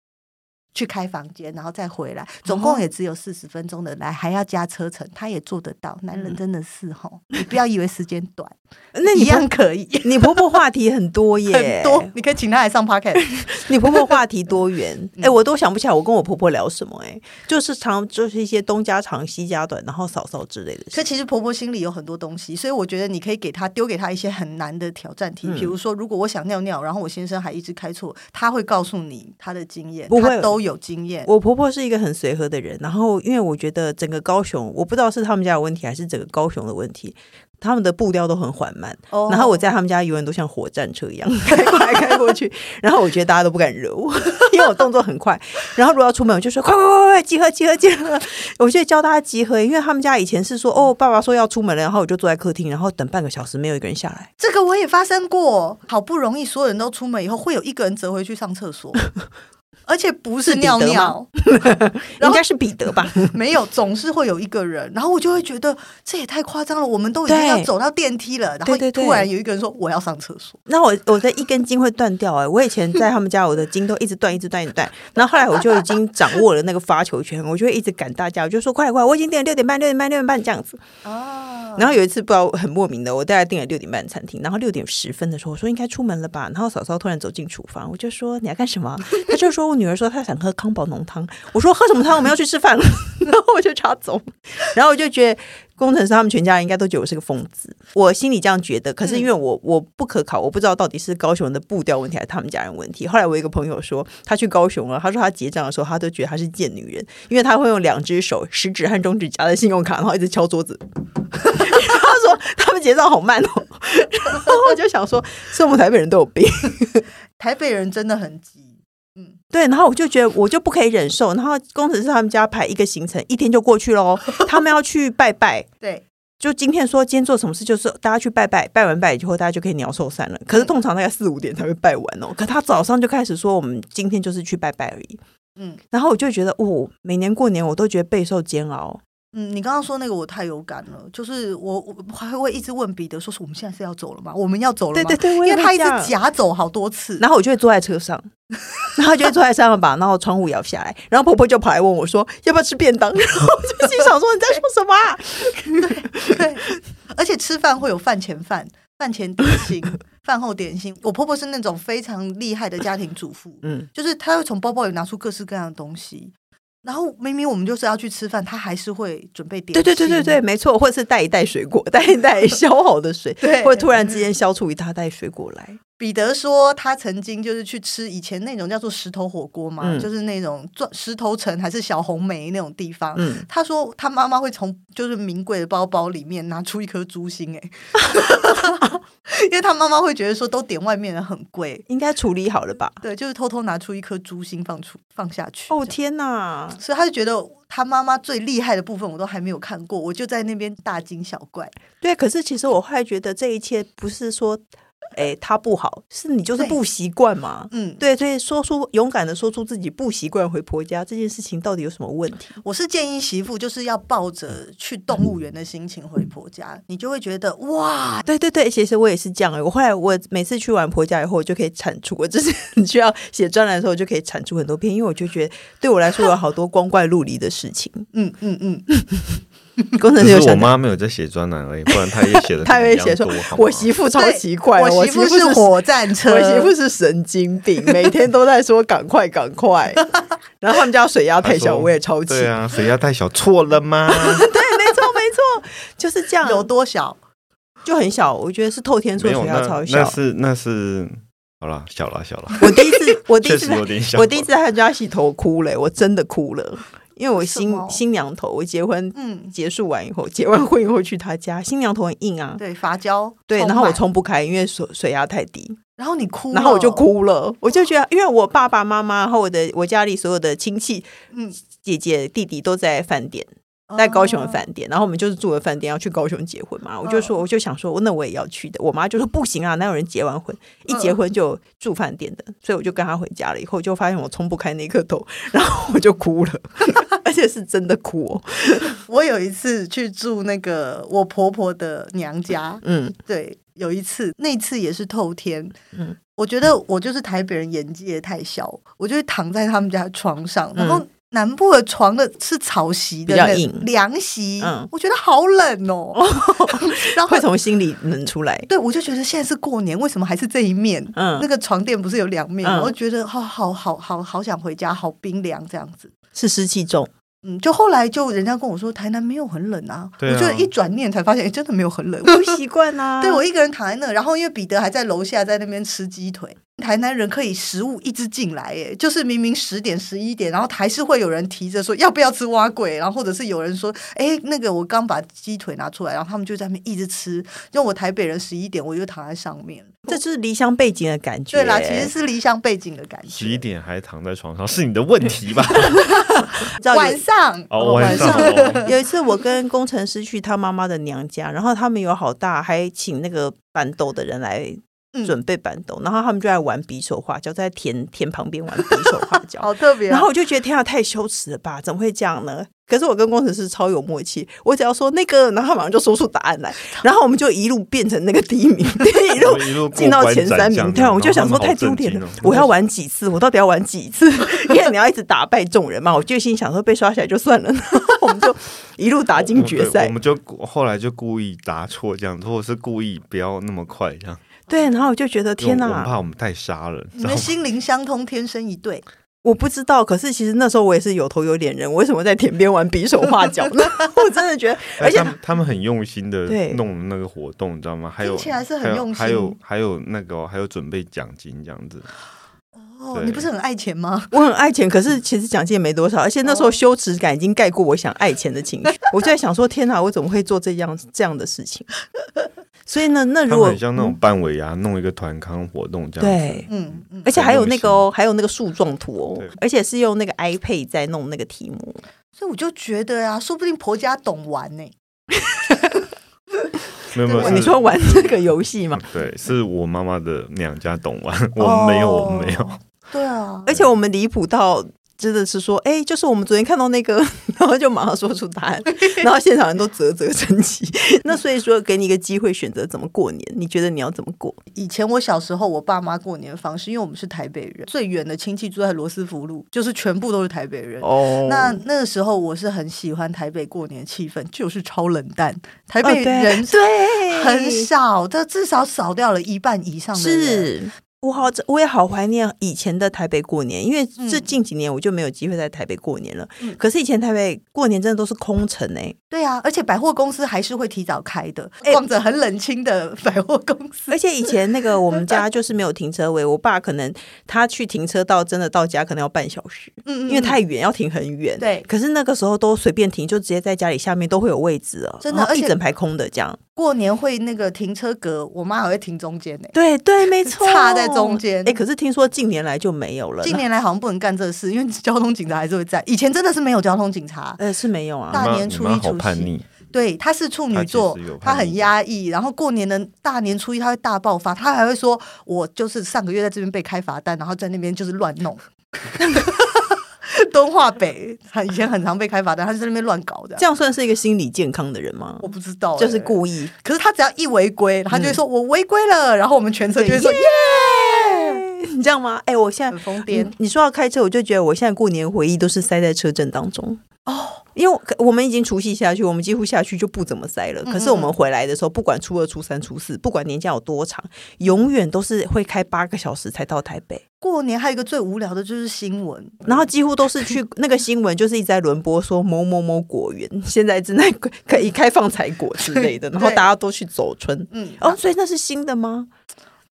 [SPEAKER 2] 去开房间，然后再回
[SPEAKER 1] 哦
[SPEAKER 2] 来，总共也只有四十分钟的来，还要加车程，他也做得到。男人
[SPEAKER 1] 嗯
[SPEAKER 2] 真的是吼，你不要以为时间短，
[SPEAKER 1] 那
[SPEAKER 2] 一
[SPEAKER 1] [laughs] 你
[SPEAKER 2] 样
[SPEAKER 1] 婆
[SPEAKER 2] 可以，
[SPEAKER 1] 你婆婆话题 [laughs] 很多耶，
[SPEAKER 2] 很多。 [laughs] 你可以请他来上 p o c a s t
[SPEAKER 1] 你婆婆话题多
[SPEAKER 2] [laughs]
[SPEAKER 1] 元，
[SPEAKER 2] 嗯
[SPEAKER 1] 哎、我都想不起来我跟我婆婆聊什么、哎，就是常就是一些东家长西家短，然后嫂嫂之类的
[SPEAKER 2] 可
[SPEAKER 1] 事。
[SPEAKER 2] 其实婆婆心里有很多东西，所以我觉得你可以给她丢给她一些很难的挑战题，
[SPEAKER 1] 嗯
[SPEAKER 2] 比如说，如果我想尿尿，然后我先生还一直开错，他会告诉你他的经验，
[SPEAKER 1] 不会
[SPEAKER 2] 他都有经验。
[SPEAKER 1] 我婆婆是一个很随和的人，然后因为我觉得整个高雄，我不知道是他们家有问题还是整个高雄的问题，他们的步调都很缓慢，
[SPEAKER 2] 哦
[SPEAKER 1] 然后我在他们家永远都像火战车一样开过来开过去，然后我觉得大家都不敢惹我， [laughs] 因为我动作很快。然后如果要出门，我就说快快快快快集合集合集合，我就教大家集合，因为他们家以前是说哦爸爸说要出门了，然后我就坐在客厅，然后等半个小时没有一个人下来，
[SPEAKER 2] 这个我也发生过，好不容易所有人都出门以后，会有一个人折回去上
[SPEAKER 1] [laughs]
[SPEAKER 2] 厕所，而且不是
[SPEAKER 1] 是彼
[SPEAKER 2] 尿
[SPEAKER 1] 得吗 [laughs]
[SPEAKER 2] 尿，然
[SPEAKER 1] 应
[SPEAKER 2] 后
[SPEAKER 1] 该是彼得
[SPEAKER 2] [laughs]
[SPEAKER 1] 吧？
[SPEAKER 2] 没有，总是会有一个人，然后我就会觉得这也太夸张了，我们都已经要
[SPEAKER 1] 对
[SPEAKER 2] 走到电梯了，然后
[SPEAKER 1] 对对对
[SPEAKER 2] 突然有一个人说我要上厕所，
[SPEAKER 1] 那我我的一根筋会断掉哎、我以前在他们家，我的筋都一直断，一直断，一直断。然后后来我就已经掌握了那个发球权，我就会一直赶大家，我就说快点快点，我已经订了六点半，六点半，六点半这样子。
[SPEAKER 2] 啊，
[SPEAKER 1] 然后有一次不知道很莫名的，我大概订了六点半的餐厅，然后六点十分的时候，我说应该出门了吧，然后嫂嫂突然走进厨房，我就说你要干什么？她就说我女儿说她想喝康宝浓汤，我说喝什么汤？我们要去吃饭了，然后我就插走，然后我就觉得。工程师他们全家人应该都觉得我是个疯子，我心里这样觉得。可是因为我我不可考，我不知道到底是高雄人的步调问题还是他们家人问题。后来我一个朋友说，他去高雄了，他说他结账的时候，他都觉得他是贱女人，因为他会用两只手食指和中指夹着信用卡，然后一直敲桌子，他说他们结账好慢哦，然后我就想说，是我们台北人都有病。
[SPEAKER 2] 台北人真的很急。
[SPEAKER 1] 对，然后我就觉得我就不可以忍受，然后工程师他们家排一个行程，一天就过去喽。他们要去拜拜，
[SPEAKER 2] 对，
[SPEAKER 1] 就今天说今天做什么事，就是大家去拜拜，拜完拜以后大家就可以鸟兽散了。可是通常大概四五点才会拜完哦，可他早上就开始说我们今天就是去拜拜而已。
[SPEAKER 2] 嗯
[SPEAKER 1] 然后我就觉得，哦，每年过年我都觉得备受煎熬。
[SPEAKER 2] 嗯，你刚刚说那个我太有感了，就是我我还会一直问彼得说：“是我们现在是要走了吗？我们要走了
[SPEAKER 1] 对
[SPEAKER 2] 吗？”
[SPEAKER 1] 对对，我
[SPEAKER 2] 因
[SPEAKER 1] 也
[SPEAKER 2] 为他
[SPEAKER 1] 会
[SPEAKER 2] 一
[SPEAKER 1] 这样
[SPEAKER 2] 直假走好多次，
[SPEAKER 1] 然后我就会坐在车上， [laughs] 然后就会坐在车上把然后窗户摇下来，然后婆婆就跑来问我说要不要吃便当， [laughs] 然后我就心想说你在说什么啊、
[SPEAKER 2] 对，而且吃饭会有饭前饭、饭前点
[SPEAKER 1] [laughs]
[SPEAKER 2] 心、饭后点心。我婆婆是那种非常厉害的家庭主妇，
[SPEAKER 1] 嗯，
[SPEAKER 2] 就是她会从包包里拿出各式各样的东西，然后明明我们就是要去吃饭，她还是会准备点
[SPEAKER 1] 对
[SPEAKER 2] 心。
[SPEAKER 1] 对对对对，没错，或者是带一袋水果，带一袋消好的水，
[SPEAKER 2] 对
[SPEAKER 1] 或者突然之间消出一大袋水果来，
[SPEAKER 2] 彼得说他曾经就是去吃以前那种叫做石头火锅嘛，
[SPEAKER 1] 嗯
[SPEAKER 2] 就是那种钻石头城还是小红梅那种地方。
[SPEAKER 1] 嗯，
[SPEAKER 2] 他说他妈妈会从就是名贵的包包里面拿出一颗猪心、欸， [laughs] 因为他妈妈会觉得说都点外面的很贵，
[SPEAKER 1] 应该处理好了吧？
[SPEAKER 2] 对，就是偷偷拿出一颗猪心放出放下去。
[SPEAKER 1] 哦天哪！
[SPEAKER 2] 所以他就觉得他妈妈最厉害的部分我都还没有看过，我就在那边大惊小怪。
[SPEAKER 1] 对，可是其实我后来觉得这一切不是说，哎，他不好，是你就是
[SPEAKER 2] 对
[SPEAKER 1] 不习惯嘛。
[SPEAKER 2] 嗯，
[SPEAKER 1] 对，所以说出勇敢的说出自己不习惯回婆家这件事情到底有什么问题？
[SPEAKER 2] 我是建议媳妇就是要抱着去动物园的心情回婆家，你就会觉得哇，
[SPEAKER 1] 对对对，其实我也是这样、欸。我后来我每次去完婆家以后，我就可以产出，我之 [laughs] 前需要写专栏的时候，我就可以产出很多篇，因为我就觉得对我来说有好多光怪陆离的事
[SPEAKER 3] [laughs]
[SPEAKER 1] 情。
[SPEAKER 2] 嗯嗯嗯，
[SPEAKER 1] 工程
[SPEAKER 3] 只
[SPEAKER 1] 师有
[SPEAKER 3] 是我
[SPEAKER 1] 想到，
[SPEAKER 3] 妈没有在写专栏而已，不然她也写
[SPEAKER 1] [laughs]
[SPEAKER 3] 的
[SPEAKER 1] 她也写说
[SPEAKER 3] 啊
[SPEAKER 1] 我媳妇超
[SPEAKER 2] 对
[SPEAKER 1] 奇怪，
[SPEAKER 2] 我
[SPEAKER 1] 我
[SPEAKER 2] 媳妇是火战车，
[SPEAKER 1] 我媳妇是神经病，每天都在说赶快赶
[SPEAKER 2] [laughs]
[SPEAKER 1] 快。 [laughs] 然后他们家水压太小，我也超气。
[SPEAKER 3] 对啊，水压太小，错
[SPEAKER 1] [laughs]
[SPEAKER 3] 了吗？
[SPEAKER 1] 对， [laughs] 没错没错，就是这样，
[SPEAKER 2] 有多小？
[SPEAKER 1] 就很小。我觉得是透天说
[SPEAKER 3] 没有，
[SPEAKER 1] 水
[SPEAKER 3] 那
[SPEAKER 1] 压超
[SPEAKER 3] 那
[SPEAKER 1] 小。
[SPEAKER 3] 是那是好了，小了小了，
[SPEAKER 1] 我第一次，我第一
[SPEAKER 3] 确
[SPEAKER 1] 次
[SPEAKER 3] 实有点小。
[SPEAKER 1] 我第一次在他家洗头哭了，我真的哭了，因为我
[SPEAKER 2] 为
[SPEAKER 1] 新
[SPEAKER 2] 什么
[SPEAKER 1] 新娘头，我结婚
[SPEAKER 2] 嗯，
[SPEAKER 1] 结束完以后，结完婚以后去他家，新娘头很硬啊，
[SPEAKER 2] 对，发胶，
[SPEAKER 1] 对，
[SPEAKER 2] 充
[SPEAKER 1] 然后我
[SPEAKER 2] 满，哦
[SPEAKER 1] 冲不开，因为水水压太低，
[SPEAKER 2] 然后你哭，
[SPEAKER 1] 然后我就，哭了，我就觉得，因为我爸爸妈妈和我的我家里所有的亲戚、
[SPEAKER 2] 嗯，
[SPEAKER 1] 姐姐、弟弟都在饭店。在高雄的
[SPEAKER 2] 哦嗯
[SPEAKER 1] 饭店，然后我们就是住的饭店，要去高雄结婚嘛。我就说，我就想说，那我也要去的。我妈就说不行啊，哪有人结完婚一
[SPEAKER 2] 嗯
[SPEAKER 1] 结婚就住饭店的？所以我就跟她回家了，以后就发现我冲不开那颗头，然后我就哭了， [laughs] 而且是真的哭哦。
[SPEAKER 2] 嗯我有一次去住那个我婆婆的娘家，
[SPEAKER 1] 嗯
[SPEAKER 2] 对，有一次，那次也是透天，
[SPEAKER 1] 嗯
[SPEAKER 2] 嗯，我觉得我就是台北人眼界太小，我就会躺在他们家的床上，然后南部的床的是草席
[SPEAKER 1] 嗯
[SPEAKER 2] 的
[SPEAKER 1] 比较
[SPEAKER 2] 那个
[SPEAKER 1] 硬
[SPEAKER 2] 凉席，
[SPEAKER 1] 嗯
[SPEAKER 2] 我觉得好冷哦， [laughs] 然后
[SPEAKER 1] 会。从心里冷出来。
[SPEAKER 2] 对，我就觉得现在是过年，为什么还是这一面？
[SPEAKER 1] 嗯
[SPEAKER 2] 那个床垫不是有两面吗？
[SPEAKER 1] 嗯
[SPEAKER 2] 我就觉得好好好好好想回家，好冰凉这样子。
[SPEAKER 1] 是湿气重，
[SPEAKER 2] 嗯，就后来就人家跟我说，台南没有很冷啊。
[SPEAKER 3] 对啊
[SPEAKER 2] 我就一转念才发现，哎真的没有很冷。
[SPEAKER 1] 不习惯啊
[SPEAKER 2] [laughs] 对
[SPEAKER 3] 嗯
[SPEAKER 2] 我一个人躺在那，然后因为彼得还在楼下在那边吃鸡腿。台南人可以食物一直进来，耶，就是明明十点十一点，然后还是会有人提着说要不要吃蛙鬼，然后或者是有人说，哎，那个我刚把鸡腿拿出来，然后他们就在那边一直吃。就我台北人十一点我就躺在上面，
[SPEAKER 1] 这就是离乡背景的感觉。
[SPEAKER 2] 对啦，其实是离乡背景的感
[SPEAKER 3] 十一
[SPEAKER 2] 觉。
[SPEAKER 3] 点还躺在床上，是你的问题吧？ [laughs]
[SPEAKER 1] 知道有
[SPEAKER 2] 晚上，
[SPEAKER 3] 哦，
[SPEAKER 1] 晚
[SPEAKER 3] 晚
[SPEAKER 1] 上
[SPEAKER 2] [laughs]
[SPEAKER 3] 上哦
[SPEAKER 1] 有一次，我跟工程师去他妈妈的娘家，然后他们有好大，还请那个板斗的人来
[SPEAKER 2] 嗯
[SPEAKER 1] 准备板斗，然后他们就来玩匕首画胶，在田田旁边玩匕首画
[SPEAKER 2] [laughs]
[SPEAKER 1] 胶。
[SPEAKER 2] 好特别啊、
[SPEAKER 1] 然后我就觉得天啊，太羞耻了吧？怎么会这样呢？可是我跟工程师超有默契，我只要说那个，然后他马上就说出答案
[SPEAKER 2] [laughs]
[SPEAKER 1] 来，然后我们就一路变成那个第一名， [laughs] 一路
[SPEAKER 3] 一路
[SPEAKER 1] 进到前三名，对啊，我就想说太丢脸
[SPEAKER 3] 哦
[SPEAKER 1] 了，我要
[SPEAKER 3] 玩。
[SPEAKER 1] 玩几次？我到底要玩几次？ [laughs] 因为你要一直打败众人嘛，我就心想说被刷起来就算了，然后我们就一路打进决
[SPEAKER 3] 对
[SPEAKER 1] 赛
[SPEAKER 3] 我。们就后来就故意答错这样，或者是故意不要那么快这样。
[SPEAKER 1] 对，然后我就觉得天
[SPEAKER 3] 因为我们
[SPEAKER 1] 哪，
[SPEAKER 3] 怕我们太杀了，
[SPEAKER 2] 你们心灵相通，天生一对。
[SPEAKER 1] 我不知道。可是其实那时候我也是有头有脸人，我为什么在田边玩比手画脚呢？ [laughs] 我真的觉得，而且
[SPEAKER 3] [laughs] 哎他们他们很用心的
[SPEAKER 1] 对
[SPEAKER 3] 弄那个活动，你知道吗？还有
[SPEAKER 2] 听起来是很用心
[SPEAKER 3] 还有还有还有那个哦、还有准备奖金这样子，
[SPEAKER 2] 哦，
[SPEAKER 3] 对
[SPEAKER 2] 你不是很爱钱吗？
[SPEAKER 1] 我很爱钱，可是其实奖金也没多少，而且那时候
[SPEAKER 2] 哦
[SPEAKER 1] 羞耻感已经盖过我想爱钱的情绪。我就在想说，天哪，我怎么会做这样这样的事情？ [laughs] 所以呢，那
[SPEAKER 3] 他
[SPEAKER 1] 如
[SPEAKER 3] 们
[SPEAKER 1] 果
[SPEAKER 3] 很像那种办尾牙、弄一个团康活动这样子。
[SPEAKER 1] 对，
[SPEAKER 2] 嗯嗯
[SPEAKER 1] 而，且还有那个哦，还有那个树状图哦
[SPEAKER 3] 对，
[SPEAKER 1] 而且是用那个 iPad 在弄那个题目。
[SPEAKER 2] 所以我就觉得啊，说不定婆家懂玩呢、
[SPEAKER 3] 没有没有，
[SPEAKER 2] 对
[SPEAKER 1] [laughs]
[SPEAKER 3] 是嗯
[SPEAKER 1] 你说玩这个游戏嘛？
[SPEAKER 3] 对，是我妈妈的娘家懂玩，我没有，
[SPEAKER 2] 哦
[SPEAKER 3] 我没有，
[SPEAKER 2] 对啊，
[SPEAKER 1] 而且我们离谱到真的是说，哎、就是我们昨天看到那个，然后就马上说出答案，然后现场人都啧啧称奇。 [laughs] 那所以说，给你一个机会选择怎么过年，你觉得你要怎么过？
[SPEAKER 2] 以前我小时候，我爸妈过年的方式，因为我们是台北人，最远的亲戚住在罗斯福路，就是全部都是台北人。
[SPEAKER 1] 哦
[SPEAKER 2] 那那个时候，我是很喜欢台北过年气氛，就是超冷淡，台
[SPEAKER 1] 哦
[SPEAKER 2] 北
[SPEAKER 1] 对
[SPEAKER 2] 人
[SPEAKER 1] 对
[SPEAKER 2] 很少，这至少少掉了一半以上的人。
[SPEAKER 1] 是我好，我也好怀念以前的台北过年，因为这
[SPEAKER 2] 嗯
[SPEAKER 1] 近几年我就没有机会在台北过年了。
[SPEAKER 2] 嗯
[SPEAKER 1] 可是以前台北过年真的都是空城哎、
[SPEAKER 2] 对啊，而且百货公司还是会提早开的，
[SPEAKER 1] 哎
[SPEAKER 2] 逛着很冷清的百货公 [laughs] 司。
[SPEAKER 1] 而且以前那个我们家就是没有停车位，我爸可能他去停车到真的到家可能要半小时，
[SPEAKER 2] 嗯
[SPEAKER 1] 因为太远要停很远。
[SPEAKER 2] 对
[SPEAKER 1] 可是那个时候都随便停，就直接在家里下面都会有位置了，
[SPEAKER 2] 真的
[SPEAKER 1] 然后
[SPEAKER 2] 而
[SPEAKER 1] 一
[SPEAKER 2] 且
[SPEAKER 1] 整排空的这样。
[SPEAKER 2] 过年会那个停车格，我妈还会停中间呢、
[SPEAKER 1] 对对，没错，
[SPEAKER 2] [laughs] 插在中间
[SPEAKER 1] 哎、可是听说近年来就没
[SPEAKER 3] 啊
[SPEAKER 1] 有了，
[SPEAKER 2] 近年来好像不能干这事， [laughs] 因为交通警察还是会在。以前真的是没有交通警察，
[SPEAKER 1] 呃是没有啊。
[SPEAKER 2] 大
[SPEAKER 3] 你妈
[SPEAKER 2] 年初一
[SPEAKER 3] 你妈好
[SPEAKER 2] 除夕
[SPEAKER 3] 叛逆，
[SPEAKER 2] 对，她是处女座
[SPEAKER 3] 她其实有，叛
[SPEAKER 2] 她
[SPEAKER 3] 逆
[SPEAKER 2] 很压抑。然后过年的大年初一，她会大爆发，她还会说：“我就是上个月在这边被开罚单，然后在那边就是乱
[SPEAKER 3] [laughs]
[SPEAKER 2] 弄。”敦化北，她以前很常被开罚单，她就在那边乱搞的
[SPEAKER 1] 这。样算是一个心理健康的人吗
[SPEAKER 2] 我？不知道、
[SPEAKER 1] 就是
[SPEAKER 2] 欸
[SPEAKER 1] 故嗯意
[SPEAKER 2] 可是他只要一违规，他就会说“我违规了”，然后我们全车就会说“耶 [laughs]
[SPEAKER 1] 你这样吗？哎、我”，现在
[SPEAKER 2] 很疯
[SPEAKER 1] 你
[SPEAKER 2] 癫。
[SPEAKER 1] 你说要开车，我就觉得我现在过年回忆都是塞在车阵当中哦，因为我可我们已经除夕下去，我们几乎下去就不怎么塞了。
[SPEAKER 2] 嗯
[SPEAKER 1] 可是我们回来的时候，不管初二、初三、初四，不管年假有多长，永远都是会开八个小时才到台北，
[SPEAKER 2] 过年还有一个最无聊的就是新闻，
[SPEAKER 1] 然后几乎都是去那个新闻，就是一直在轮播说某某某果园现在正在可以开放采果之类
[SPEAKER 2] [laughs]
[SPEAKER 1] 的，然后
[SPEAKER 2] 对
[SPEAKER 1] 大家都去走春。
[SPEAKER 2] 嗯，
[SPEAKER 1] 哦，所以那是新的吗？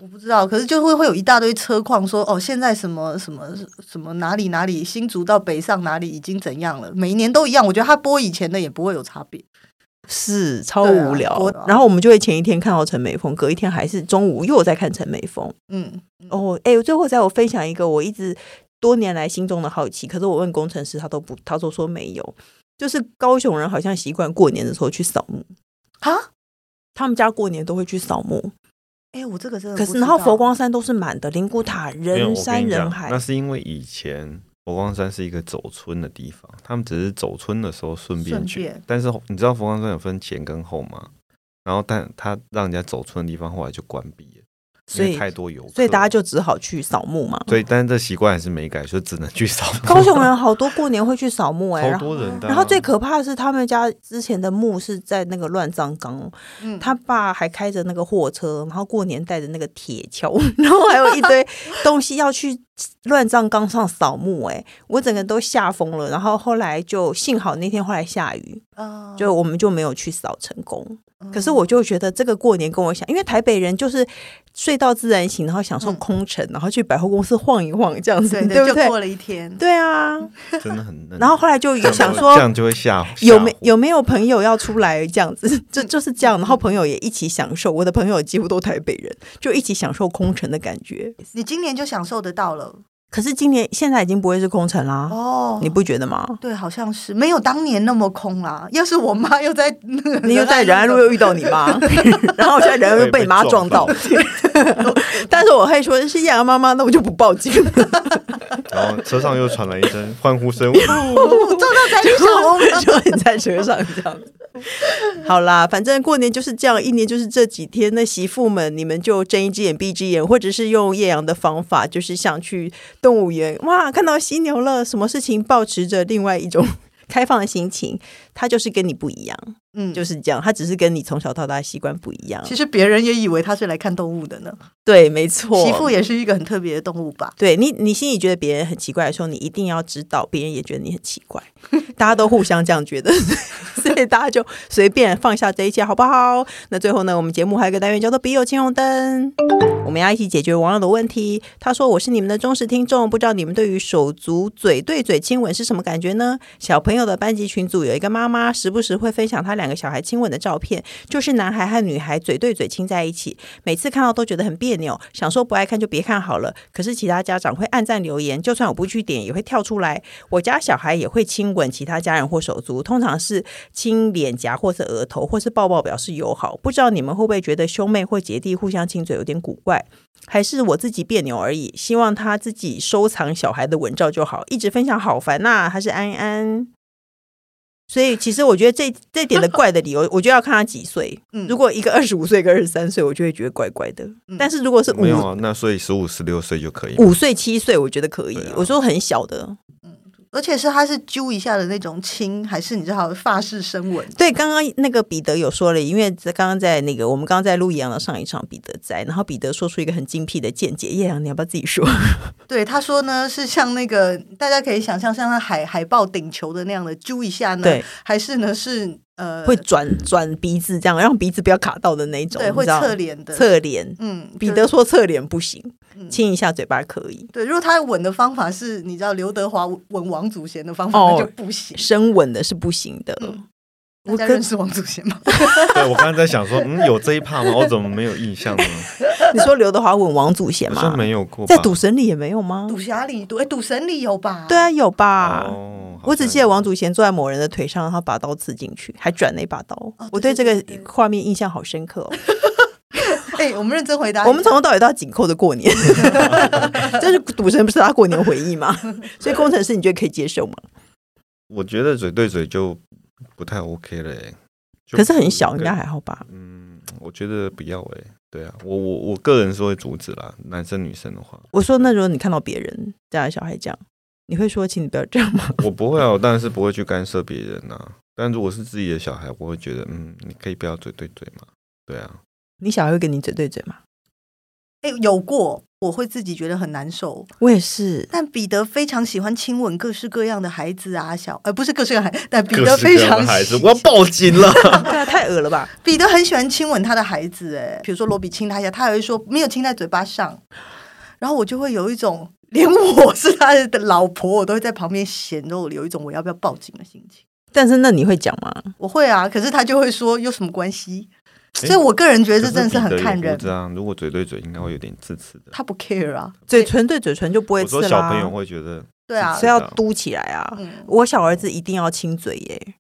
[SPEAKER 2] 我不知道，可是就会会有一大堆车况说哦，现在什么什么什么哪里哪里新竹到北上哪里已经怎样了，每一年都一样。我觉得他播以前的也不会有差别。
[SPEAKER 1] 是超
[SPEAKER 2] 对啊
[SPEAKER 1] 无聊、
[SPEAKER 2] 我懂
[SPEAKER 1] 然后我们就会前一天看到陈美凤，隔一天还是中午又在看陈美凤。
[SPEAKER 2] 嗯，
[SPEAKER 1] 哦，哎、最后再我分享一个我一直多年来心中的好奇，可是我问工程师，他都不，他都说没有。就是高雄人好像习惯过年的时候去扫墓，
[SPEAKER 2] 哈，
[SPEAKER 1] 他们家过年都会去扫墓。
[SPEAKER 2] 哎、我这个真的
[SPEAKER 1] 可
[SPEAKER 2] 不
[SPEAKER 1] 是
[SPEAKER 2] 知
[SPEAKER 1] 然后
[SPEAKER 2] 道
[SPEAKER 1] 佛光山都是满的，灵骨塔
[SPEAKER 3] 没有
[SPEAKER 1] 人
[SPEAKER 3] 我跟
[SPEAKER 1] 山
[SPEAKER 3] 你
[SPEAKER 1] 人
[SPEAKER 3] 讲，
[SPEAKER 1] 海
[SPEAKER 3] 那。是因为以前佛光山是一个走村的地方，他们只是走村的时候顺便
[SPEAKER 2] 顺
[SPEAKER 3] 去。
[SPEAKER 2] 便
[SPEAKER 3] 但是你知道佛光山有分前跟后吗？然后但他让人家走村的地方后来就关闭了，
[SPEAKER 1] 所
[SPEAKER 3] 因
[SPEAKER 1] 以
[SPEAKER 3] 为太多游客了，
[SPEAKER 1] 所以大家就只好去扫墓嘛。
[SPEAKER 3] 所以但是这习惯还是没改，就只能去扫墓。
[SPEAKER 1] 高雄人好多过年会去扫墓、哎，
[SPEAKER 3] [laughs] 超
[SPEAKER 1] 然后
[SPEAKER 3] 多人的啊、
[SPEAKER 1] 然后最可怕的是他们家之前的墓是在那个乱葬岗哦，
[SPEAKER 2] 嗯
[SPEAKER 1] 他爸还开着那个货车，然后过年带着那个铁锹， [laughs] 然后还有一堆东西要去乱葬岗上扫墓、哎，我整个都吓疯了。然后后来就幸好那天后来下雨，
[SPEAKER 2] 啊
[SPEAKER 1] 就我们就没有去扫成功。
[SPEAKER 2] 嗯
[SPEAKER 1] 可是我就觉得这个过年跟我想，因为台北人就是睡到自然醒，然后享受
[SPEAKER 2] 嗯
[SPEAKER 1] 空城，然后去百货公司晃一晃这样子， [laughs]
[SPEAKER 2] 对
[SPEAKER 1] 对不
[SPEAKER 2] 就
[SPEAKER 1] 对
[SPEAKER 2] 过？了一天，
[SPEAKER 1] 对啊，
[SPEAKER 3] 真的很嫩。
[SPEAKER 1] 然后后来就
[SPEAKER 3] 这样
[SPEAKER 1] 想
[SPEAKER 3] 就
[SPEAKER 1] 说
[SPEAKER 3] 嗯这。样就会吓
[SPEAKER 1] 有没
[SPEAKER 3] 吓唬
[SPEAKER 1] 有没有朋友要出来这样子，就就是这样，然后朋友也一起享受。我的朋友几乎都台北人，就一起享受空城的感觉。
[SPEAKER 2] 你今年就享受得到了
[SPEAKER 1] 可是今年现在已经不会是空城啦，
[SPEAKER 2] 哦。
[SPEAKER 1] 你不觉得吗？
[SPEAKER 2] 对，好像是没有当年那么空啦。要是我妈又在那个
[SPEAKER 1] 你又在仁爱路又遇到你妈， [laughs] 然后现在仁爱路被你妈撞到， [laughs] 但是我会说是燕儿妈妈，那我就不报警了，
[SPEAKER 3] 然后车上又传来一声欢呼声，
[SPEAKER 1] [laughs]
[SPEAKER 2] 撞到宅女小红 [laughs] 了。
[SPEAKER 1] 就你在车上这样子。好啦，反正过年就是这样，一年就是这几天。那媳妇们，你们就睁一只眼闭一只眼，或者是用叶阳的方法，就是像去动物园，哇，看到犀牛了，什么事情保持着另外一种开放的心情，它就是跟你不一样，
[SPEAKER 2] 嗯，
[SPEAKER 1] 就是这样，它只是跟你从小到大习惯不一样
[SPEAKER 2] 其。实别人也以为他是来看动物的呢。
[SPEAKER 1] 对，没错。
[SPEAKER 2] 媳妇也是一个很特别的动物吧？
[SPEAKER 1] 对你，你心里觉得别人很奇怪的时候，你一定要知道别人也觉得你很奇怪，大家都互相这样觉得，所以大家就随便放下这一切，好不好？那最后呢，我们节目还有一个单元叫做“笔友青红灯”，我们要一起解决网友的问题。他说：“我是你们的忠实听众，不知道你们对于手足嘴对嘴亲吻是什么感觉呢？小朋友的班级群组有一个妈妈，时不时会分享她两个小孩亲吻的照片，就是男孩和女孩嘴对嘴亲在一起。每次看到都觉得很别扭，想说不爱看就别看好了。可是其他家长会暗赞留言，就算我不去点，也会跳出来。我家小孩也会亲吻其他家人或手足，通常是亲脸颊或是额头，或是抱抱表示友好。不知道你们会不会觉得兄妹或姐弟互相亲嘴有点古怪？还是我自己别扭而已，希望他自己收藏小孩的吻照就好，一直分享好烦呐、还是安安。所以，其实我觉得这这点的怪的理由，我觉得要看他几岁。
[SPEAKER 2] 嗯，
[SPEAKER 1] 如果一个二十五岁跟二十三岁，我就会觉得怪怪的。
[SPEAKER 2] 嗯
[SPEAKER 1] 但是如果是五
[SPEAKER 3] 没有啊啊？那所以十五、十六岁就可以吗。
[SPEAKER 1] 五岁、七岁，我觉得可以。
[SPEAKER 3] 对啊
[SPEAKER 1] 我说很小的，
[SPEAKER 2] 而且是它是揪一下的那种轻，还是你知道发式深吻？
[SPEAKER 1] 对，刚刚那个彼得有说了，因为在刚刚在那个我们刚刚在录杨的上一场彼得在，然后彼得说出一个很精辟的见解，叶阳你要不要自己
[SPEAKER 2] [laughs]
[SPEAKER 1] 说？
[SPEAKER 2] 对，他说呢是像那个大家可以想象像那海海豹顶球的那样的揪一下呢，
[SPEAKER 1] 对，
[SPEAKER 2] 还是呢是呃
[SPEAKER 1] 会转转鼻子这样，让鼻子不要卡到的那一种，
[SPEAKER 2] 对会
[SPEAKER 1] 你知道
[SPEAKER 2] 侧脸的
[SPEAKER 1] 侧脸。
[SPEAKER 2] 嗯
[SPEAKER 1] 彼。
[SPEAKER 2] 就
[SPEAKER 1] 得说侧脸不行，
[SPEAKER 2] 嗯
[SPEAKER 1] 亲一下嘴巴可以，
[SPEAKER 2] 对，如果他吻的方法是你知道刘德华吻王祖贤的方法，
[SPEAKER 1] 哦
[SPEAKER 2] 那就不行。
[SPEAKER 1] 深吻的是不行
[SPEAKER 2] [laughs]
[SPEAKER 1] 的。
[SPEAKER 2] 嗯
[SPEAKER 1] 我
[SPEAKER 2] 大家
[SPEAKER 1] 跟哦
[SPEAKER 2] 认识王祖贤吗？
[SPEAKER 3] 对我刚才在想说，嗯，有这一趴吗？我怎么没有印象呢？
[SPEAKER 1] 你说刘德华吻王祖贤
[SPEAKER 3] 好
[SPEAKER 1] 吗
[SPEAKER 3] 像？没有过吧。
[SPEAKER 1] 在赌神里也没有吗？
[SPEAKER 2] 赌侠里赌哎，赌神里有吧？
[SPEAKER 1] 对，啊，有吧？
[SPEAKER 3] 哦，好
[SPEAKER 1] 我只
[SPEAKER 3] 像
[SPEAKER 1] 记得王祖贤坐在某人的腿上，然后把刀刺进去，还转了一把刀。我哦对
[SPEAKER 2] 对
[SPEAKER 1] 这
[SPEAKER 2] 对
[SPEAKER 1] 个
[SPEAKER 2] 对对
[SPEAKER 1] 画面印象好深 [laughs] 刻哦。
[SPEAKER 2] 哎，我们认真回答一下。
[SPEAKER 1] 我们从头到尾都要紧扣着过 [laughs] 年，但是赌神不是他过年回忆吗？所以工程师你觉得可以接受吗？
[SPEAKER 3] 我觉得嘴对嘴就不太 OK 了、欸。就
[SPEAKER 1] 可是很小，
[SPEAKER 3] 不
[SPEAKER 1] 应该还好吧？
[SPEAKER 3] 嗯，我觉得不要哎、对啊，我我我个人是会阻止啦，男生女生的话，
[SPEAKER 1] 我说，那如果你看到别人家的小孩这样，你会说请你不要这样吗？ [laughs]
[SPEAKER 3] 我不会啊，我当然是不会去干涉别人呐、但如果是自己的小孩，我会觉得，嗯，你可以不要嘴对嘴嘛。对啊，
[SPEAKER 1] 你小孩会跟你嘴对嘴吗？
[SPEAKER 2] 哎有过，我会自己觉得很难受。
[SPEAKER 1] 我也是，
[SPEAKER 2] 但彼得非常喜欢亲吻各式各样的孩子啊，小呃不是各式各样的孩子，但彼
[SPEAKER 3] 各
[SPEAKER 2] 得
[SPEAKER 3] 式各
[SPEAKER 2] 非
[SPEAKER 3] 样
[SPEAKER 2] 常
[SPEAKER 3] 的孩子，
[SPEAKER 2] 喜
[SPEAKER 3] 我要报警
[SPEAKER 1] [laughs]
[SPEAKER 3] 了。
[SPEAKER 1] 对啊，太恶了吧？
[SPEAKER 2] 彼得很喜欢亲吻他的孩子，哎，比如说罗比亲他一下，他还会说没有亲在嘴巴上，然后我就会有一种连我是他的老婆，我都会在旁边闲着，我有一种我要不要报警的心情。
[SPEAKER 1] 但是那你会讲吗？
[SPEAKER 2] 我会啊，可是他就会说有什么关系？
[SPEAKER 3] 诶
[SPEAKER 2] 所以我个人觉得
[SPEAKER 3] 可
[SPEAKER 2] 这
[SPEAKER 3] 是
[SPEAKER 2] 真的是
[SPEAKER 3] 彼
[SPEAKER 2] 很
[SPEAKER 3] 得有
[SPEAKER 2] 看人
[SPEAKER 3] 胡，子啊，如果嘴对嘴，应该会有点刺刺的。
[SPEAKER 2] 他不 care 啊，
[SPEAKER 1] 嘴唇对嘴唇就不会
[SPEAKER 3] 我
[SPEAKER 1] 刺
[SPEAKER 3] 说
[SPEAKER 1] 啦。
[SPEAKER 3] 小朋友会觉得，
[SPEAKER 2] 对啊
[SPEAKER 1] 是，要嘟起来啊。
[SPEAKER 2] 嗯，
[SPEAKER 1] 我小儿子一定要亲嘴耶，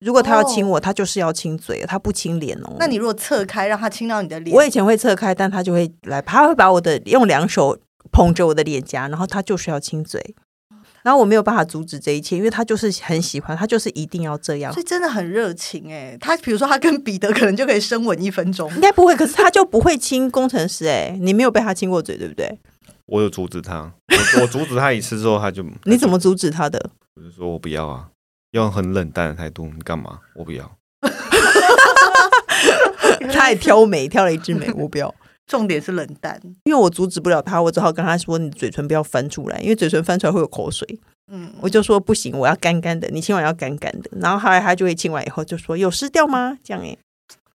[SPEAKER 1] 如果他要亲我，他就是要亲嘴，他不亲脸哦。
[SPEAKER 2] 哦那你如果侧开让他亲到你的脸，
[SPEAKER 1] 我以前会侧开，但他就会来，他会把我的用两手捧着我的脸颊，然后他就是要亲嘴，然后我没有办法阻止这一切，因为他就是很喜欢，他就是一定要这样
[SPEAKER 2] 所。以真的很热情哎、他比如说他跟彼得可能就可以深吻一分钟， [laughs]
[SPEAKER 1] 应该不会，可是他就不会亲工程师哎，你没有被他亲过嘴对不
[SPEAKER 2] [laughs]
[SPEAKER 1] 对？
[SPEAKER 3] 我有阻止他，我我阻止他一次之后，他就
[SPEAKER 1] [laughs] 你怎么阻止他的？
[SPEAKER 3] 我就说我不要啊，用很冷淡的态度，你干嘛？我
[SPEAKER 1] [laughs]
[SPEAKER 3] 不要。
[SPEAKER 1] 他还挑眉，挑了一枝眉，我不要。
[SPEAKER 2] 重点是冷淡。
[SPEAKER 1] 因为我阻止不了他，我只好跟他说：“你嘴唇不要翻出来，因为嘴唇翻出来会有口水。”
[SPEAKER 2] 嗯，
[SPEAKER 1] 我就说不行，我要干干的，你亲完要干干的。然后后来他就会亲完以后就说有湿掉吗？这样哎、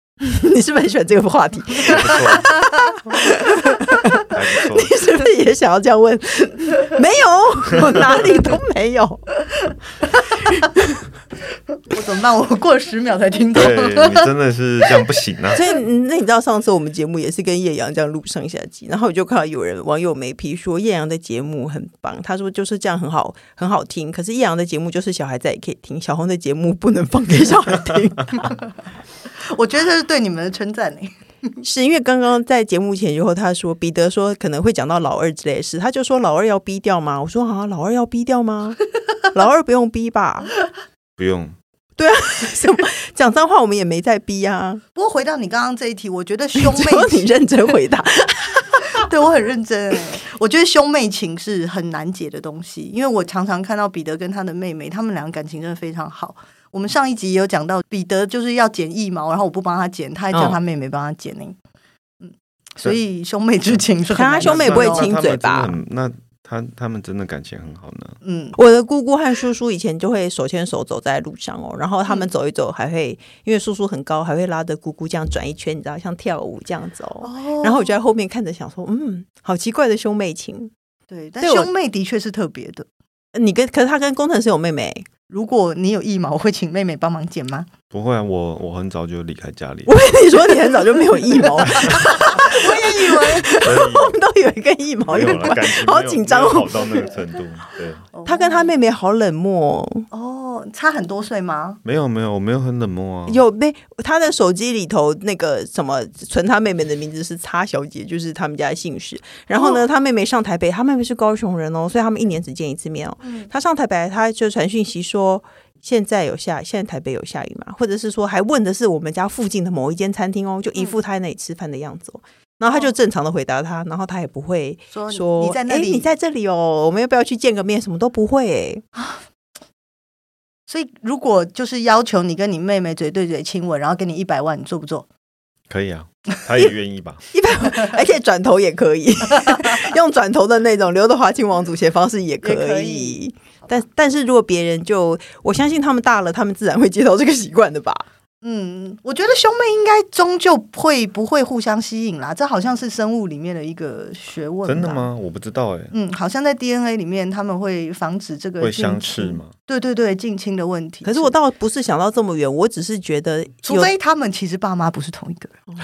[SPEAKER 1] [laughs] 你是不是很喜欢这个话题？你
[SPEAKER 3] 还不错，还不错。
[SPEAKER 1] 是不是也想要这样问？ [laughs] 没有，我哪里都没有。
[SPEAKER 2] 我怎么办？我过了十秒才听懂。
[SPEAKER 3] 对你真的是这样不行啊！
[SPEAKER 1] 所以嗯那你知道上次我们节目也是跟叶阳这样录上下集，然后我就看到有人网友没批说叶阳的节目很棒，他说就是这样很好很好听，可是叶阳的节目就是小孩在也可以听，小红的节目不能放给小孩听。
[SPEAKER 2] 我觉得这是对你们的称赞
[SPEAKER 1] [laughs]
[SPEAKER 2] 欸呢。
[SPEAKER 1] 是因为刚刚在节目前以后，他说彼得说可能会讲到老二之类的事，他就说老二要逼掉吗？我说啊，老二要逼掉吗？ [laughs] 老二不用逼吧？
[SPEAKER 3] 不用，
[SPEAKER 1] 什么讲脏话我们也没在逼啊，
[SPEAKER 2] 不过回到你刚刚这一题，我觉得兄
[SPEAKER 1] 只有 [laughs]
[SPEAKER 2] 妹
[SPEAKER 1] 你
[SPEAKER 2] 情，
[SPEAKER 1] 认真回答。
[SPEAKER 2] 对我很认真哎。我觉得兄妹情是很难解的东西，因为我常常看到彼得跟他的妹妹，他们两个感情真的非常好。我们上一集也有讲到，彼得就是要剪腋毛，然后我不帮他剪，他还叫
[SPEAKER 3] 哦
[SPEAKER 1] 嗯
[SPEAKER 2] 他妹妹帮他剪呢。嗯，所以兄妹之情是很
[SPEAKER 1] 看他
[SPEAKER 2] 难
[SPEAKER 1] 兄妹
[SPEAKER 2] 解
[SPEAKER 1] 不会
[SPEAKER 2] 的哦
[SPEAKER 1] 亲嘴吧
[SPEAKER 3] 那他们真的很那他他们真的感情很好呢。
[SPEAKER 2] 嗯，
[SPEAKER 1] 我的姑姑和叔叔以前就会手牵手走在路上哦，然后他们走一走还会，因为叔叔很高，还会拉着姑姑这样转一圈，你知道像跳舞这样走。
[SPEAKER 2] 哦
[SPEAKER 1] 然后我就在后面看着，想说，嗯，好奇怪的兄妹情。
[SPEAKER 2] 对，但
[SPEAKER 1] 对我
[SPEAKER 2] 兄妹的确是特别的。
[SPEAKER 1] 你跟可是他跟工程师有妹妹，
[SPEAKER 2] 如果你有腋毛，会请妹妹帮忙剪吗？
[SPEAKER 3] 不会啊，我我很早就离开家里，
[SPEAKER 1] 我跟你说，你很早就没有腋毛，
[SPEAKER 2] 我也以为
[SPEAKER 3] 所
[SPEAKER 1] 我
[SPEAKER 3] 以
[SPEAKER 1] 们都以为跟腋毛
[SPEAKER 3] 没
[SPEAKER 1] 有
[SPEAKER 3] 有了
[SPEAKER 1] 关。
[SPEAKER 3] 感情没
[SPEAKER 1] [laughs]
[SPEAKER 3] 有，
[SPEAKER 1] 好紧张哦
[SPEAKER 3] 没有好到那个程度。
[SPEAKER 1] [laughs]
[SPEAKER 3] 对，
[SPEAKER 1] 他跟他妹妹好冷漠、哦，
[SPEAKER 2] 哦，差很多岁吗？
[SPEAKER 3] 没有没有，我没有很冷漠啊。
[SPEAKER 1] 有被他的手机里头那个什么存他妹妹的名字是擦小姐，就是他们家的姓氏。然后呢，他妹妹上台北，他妹妹是高雄人哦，所以他们一年只见一次面哦。他上台北，他就传讯息说。现在有下，现在台北有下雨嘛？或者是说，还问的是我们家附近的某一间餐厅哦，就一副他在那里吃饭的样子哦。然后他就正常的回答他，然后他也不会
[SPEAKER 2] 说
[SPEAKER 1] 说
[SPEAKER 2] 你在那
[SPEAKER 1] 诶
[SPEAKER 2] 里，
[SPEAKER 1] 你在这里哦，我们要不要去见个面？什么都不会、欸， [laughs]
[SPEAKER 2] 所以如果就是要求你跟你妹妹嘴对嘴亲吻，然后给你一百万，你做不做？
[SPEAKER 3] 可以啊，他也愿意吧？
[SPEAKER 1] [laughs] 一百万，而且转头也可
[SPEAKER 2] [laughs]
[SPEAKER 1] 以，用转头的那种刘德华亲王祖贤方式也可
[SPEAKER 2] 也可
[SPEAKER 1] 以
[SPEAKER 2] 以
[SPEAKER 1] 但但是如果别人就，我相信他们大了，他们自然会接受这个习惯的吧。
[SPEAKER 2] 嗯，我觉得兄妹应该终究会不会互相吸引啦，这好像是生物里面的一个学问。
[SPEAKER 3] 真的？吗？我不知道哎、
[SPEAKER 2] 嗯，好像在 DNA 里面他们会防止这个
[SPEAKER 3] 会
[SPEAKER 2] 近
[SPEAKER 3] 相
[SPEAKER 2] 亲
[SPEAKER 3] 斥吗？
[SPEAKER 2] 对对对，近亲的问题。
[SPEAKER 1] 可是我，倒不是想到这么远，我只是觉得
[SPEAKER 2] 除
[SPEAKER 1] 有，
[SPEAKER 2] 非他们其实爸妈不是同一个人。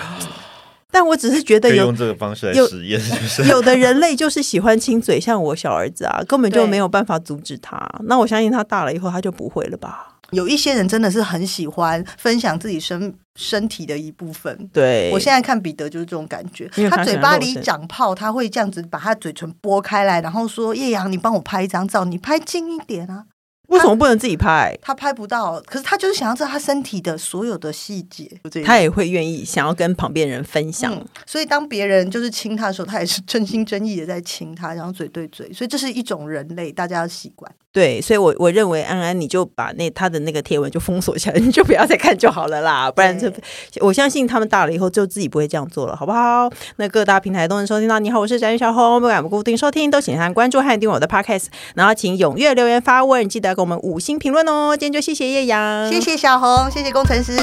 [SPEAKER 1] 但我只是觉得
[SPEAKER 3] 可以
[SPEAKER 1] 有
[SPEAKER 3] 用这个方式
[SPEAKER 1] 有
[SPEAKER 3] 来实验，是不是？
[SPEAKER 1] 有的人类就是喜欢亲嘴，像我小儿子啊，根本就
[SPEAKER 2] 对
[SPEAKER 1] 没有办法阻止他。那我相信他大了以后，他就不会了吧？
[SPEAKER 2] 有一些人真的是很喜欢分享自己身身体的一部分。
[SPEAKER 1] 对，
[SPEAKER 2] 我现在看彼得就是这种感觉
[SPEAKER 1] 因为，他
[SPEAKER 2] 他嘴
[SPEAKER 1] 喜欢
[SPEAKER 2] 巴
[SPEAKER 1] 露
[SPEAKER 2] 里
[SPEAKER 1] 馅
[SPEAKER 2] 长泡，他会这样子把他嘴唇拨开来，然后说：“叶阳，你帮我拍一张照，你拍近一点啊。”
[SPEAKER 1] 为什么不能自己拍？
[SPEAKER 2] 他拍不到，可是他就是想要知道他身体的所有的细节。这一
[SPEAKER 1] 他也会愿意想要跟旁边人分享。
[SPEAKER 2] 嗯所以当别人就是亲他的时候，他也是真心真意的在亲他，然后嘴对嘴。所以这是一种人类大家的习惯。
[SPEAKER 1] 对，所以我我认为安安，你就把那他的那个贴文就封锁起来，你就不要再看就好了啦，不然就
[SPEAKER 2] 对
[SPEAKER 1] 我相信他们大了以后就自己不会这样做了，好不好？那各大平台都能收听到。你好，我是宅女小红，不敢不固定收听，都请按关注和订阅我的 podcast，然后请踊跃留言发问，记得给我们五星评论哦。今天就谢谢叶阳，
[SPEAKER 2] 谢，谢小红，谢谢工程师，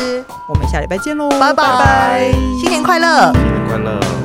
[SPEAKER 1] 我们下礼拜见喽，
[SPEAKER 2] 拜拜，新年快乐。
[SPEAKER 3] 新年快乐！啊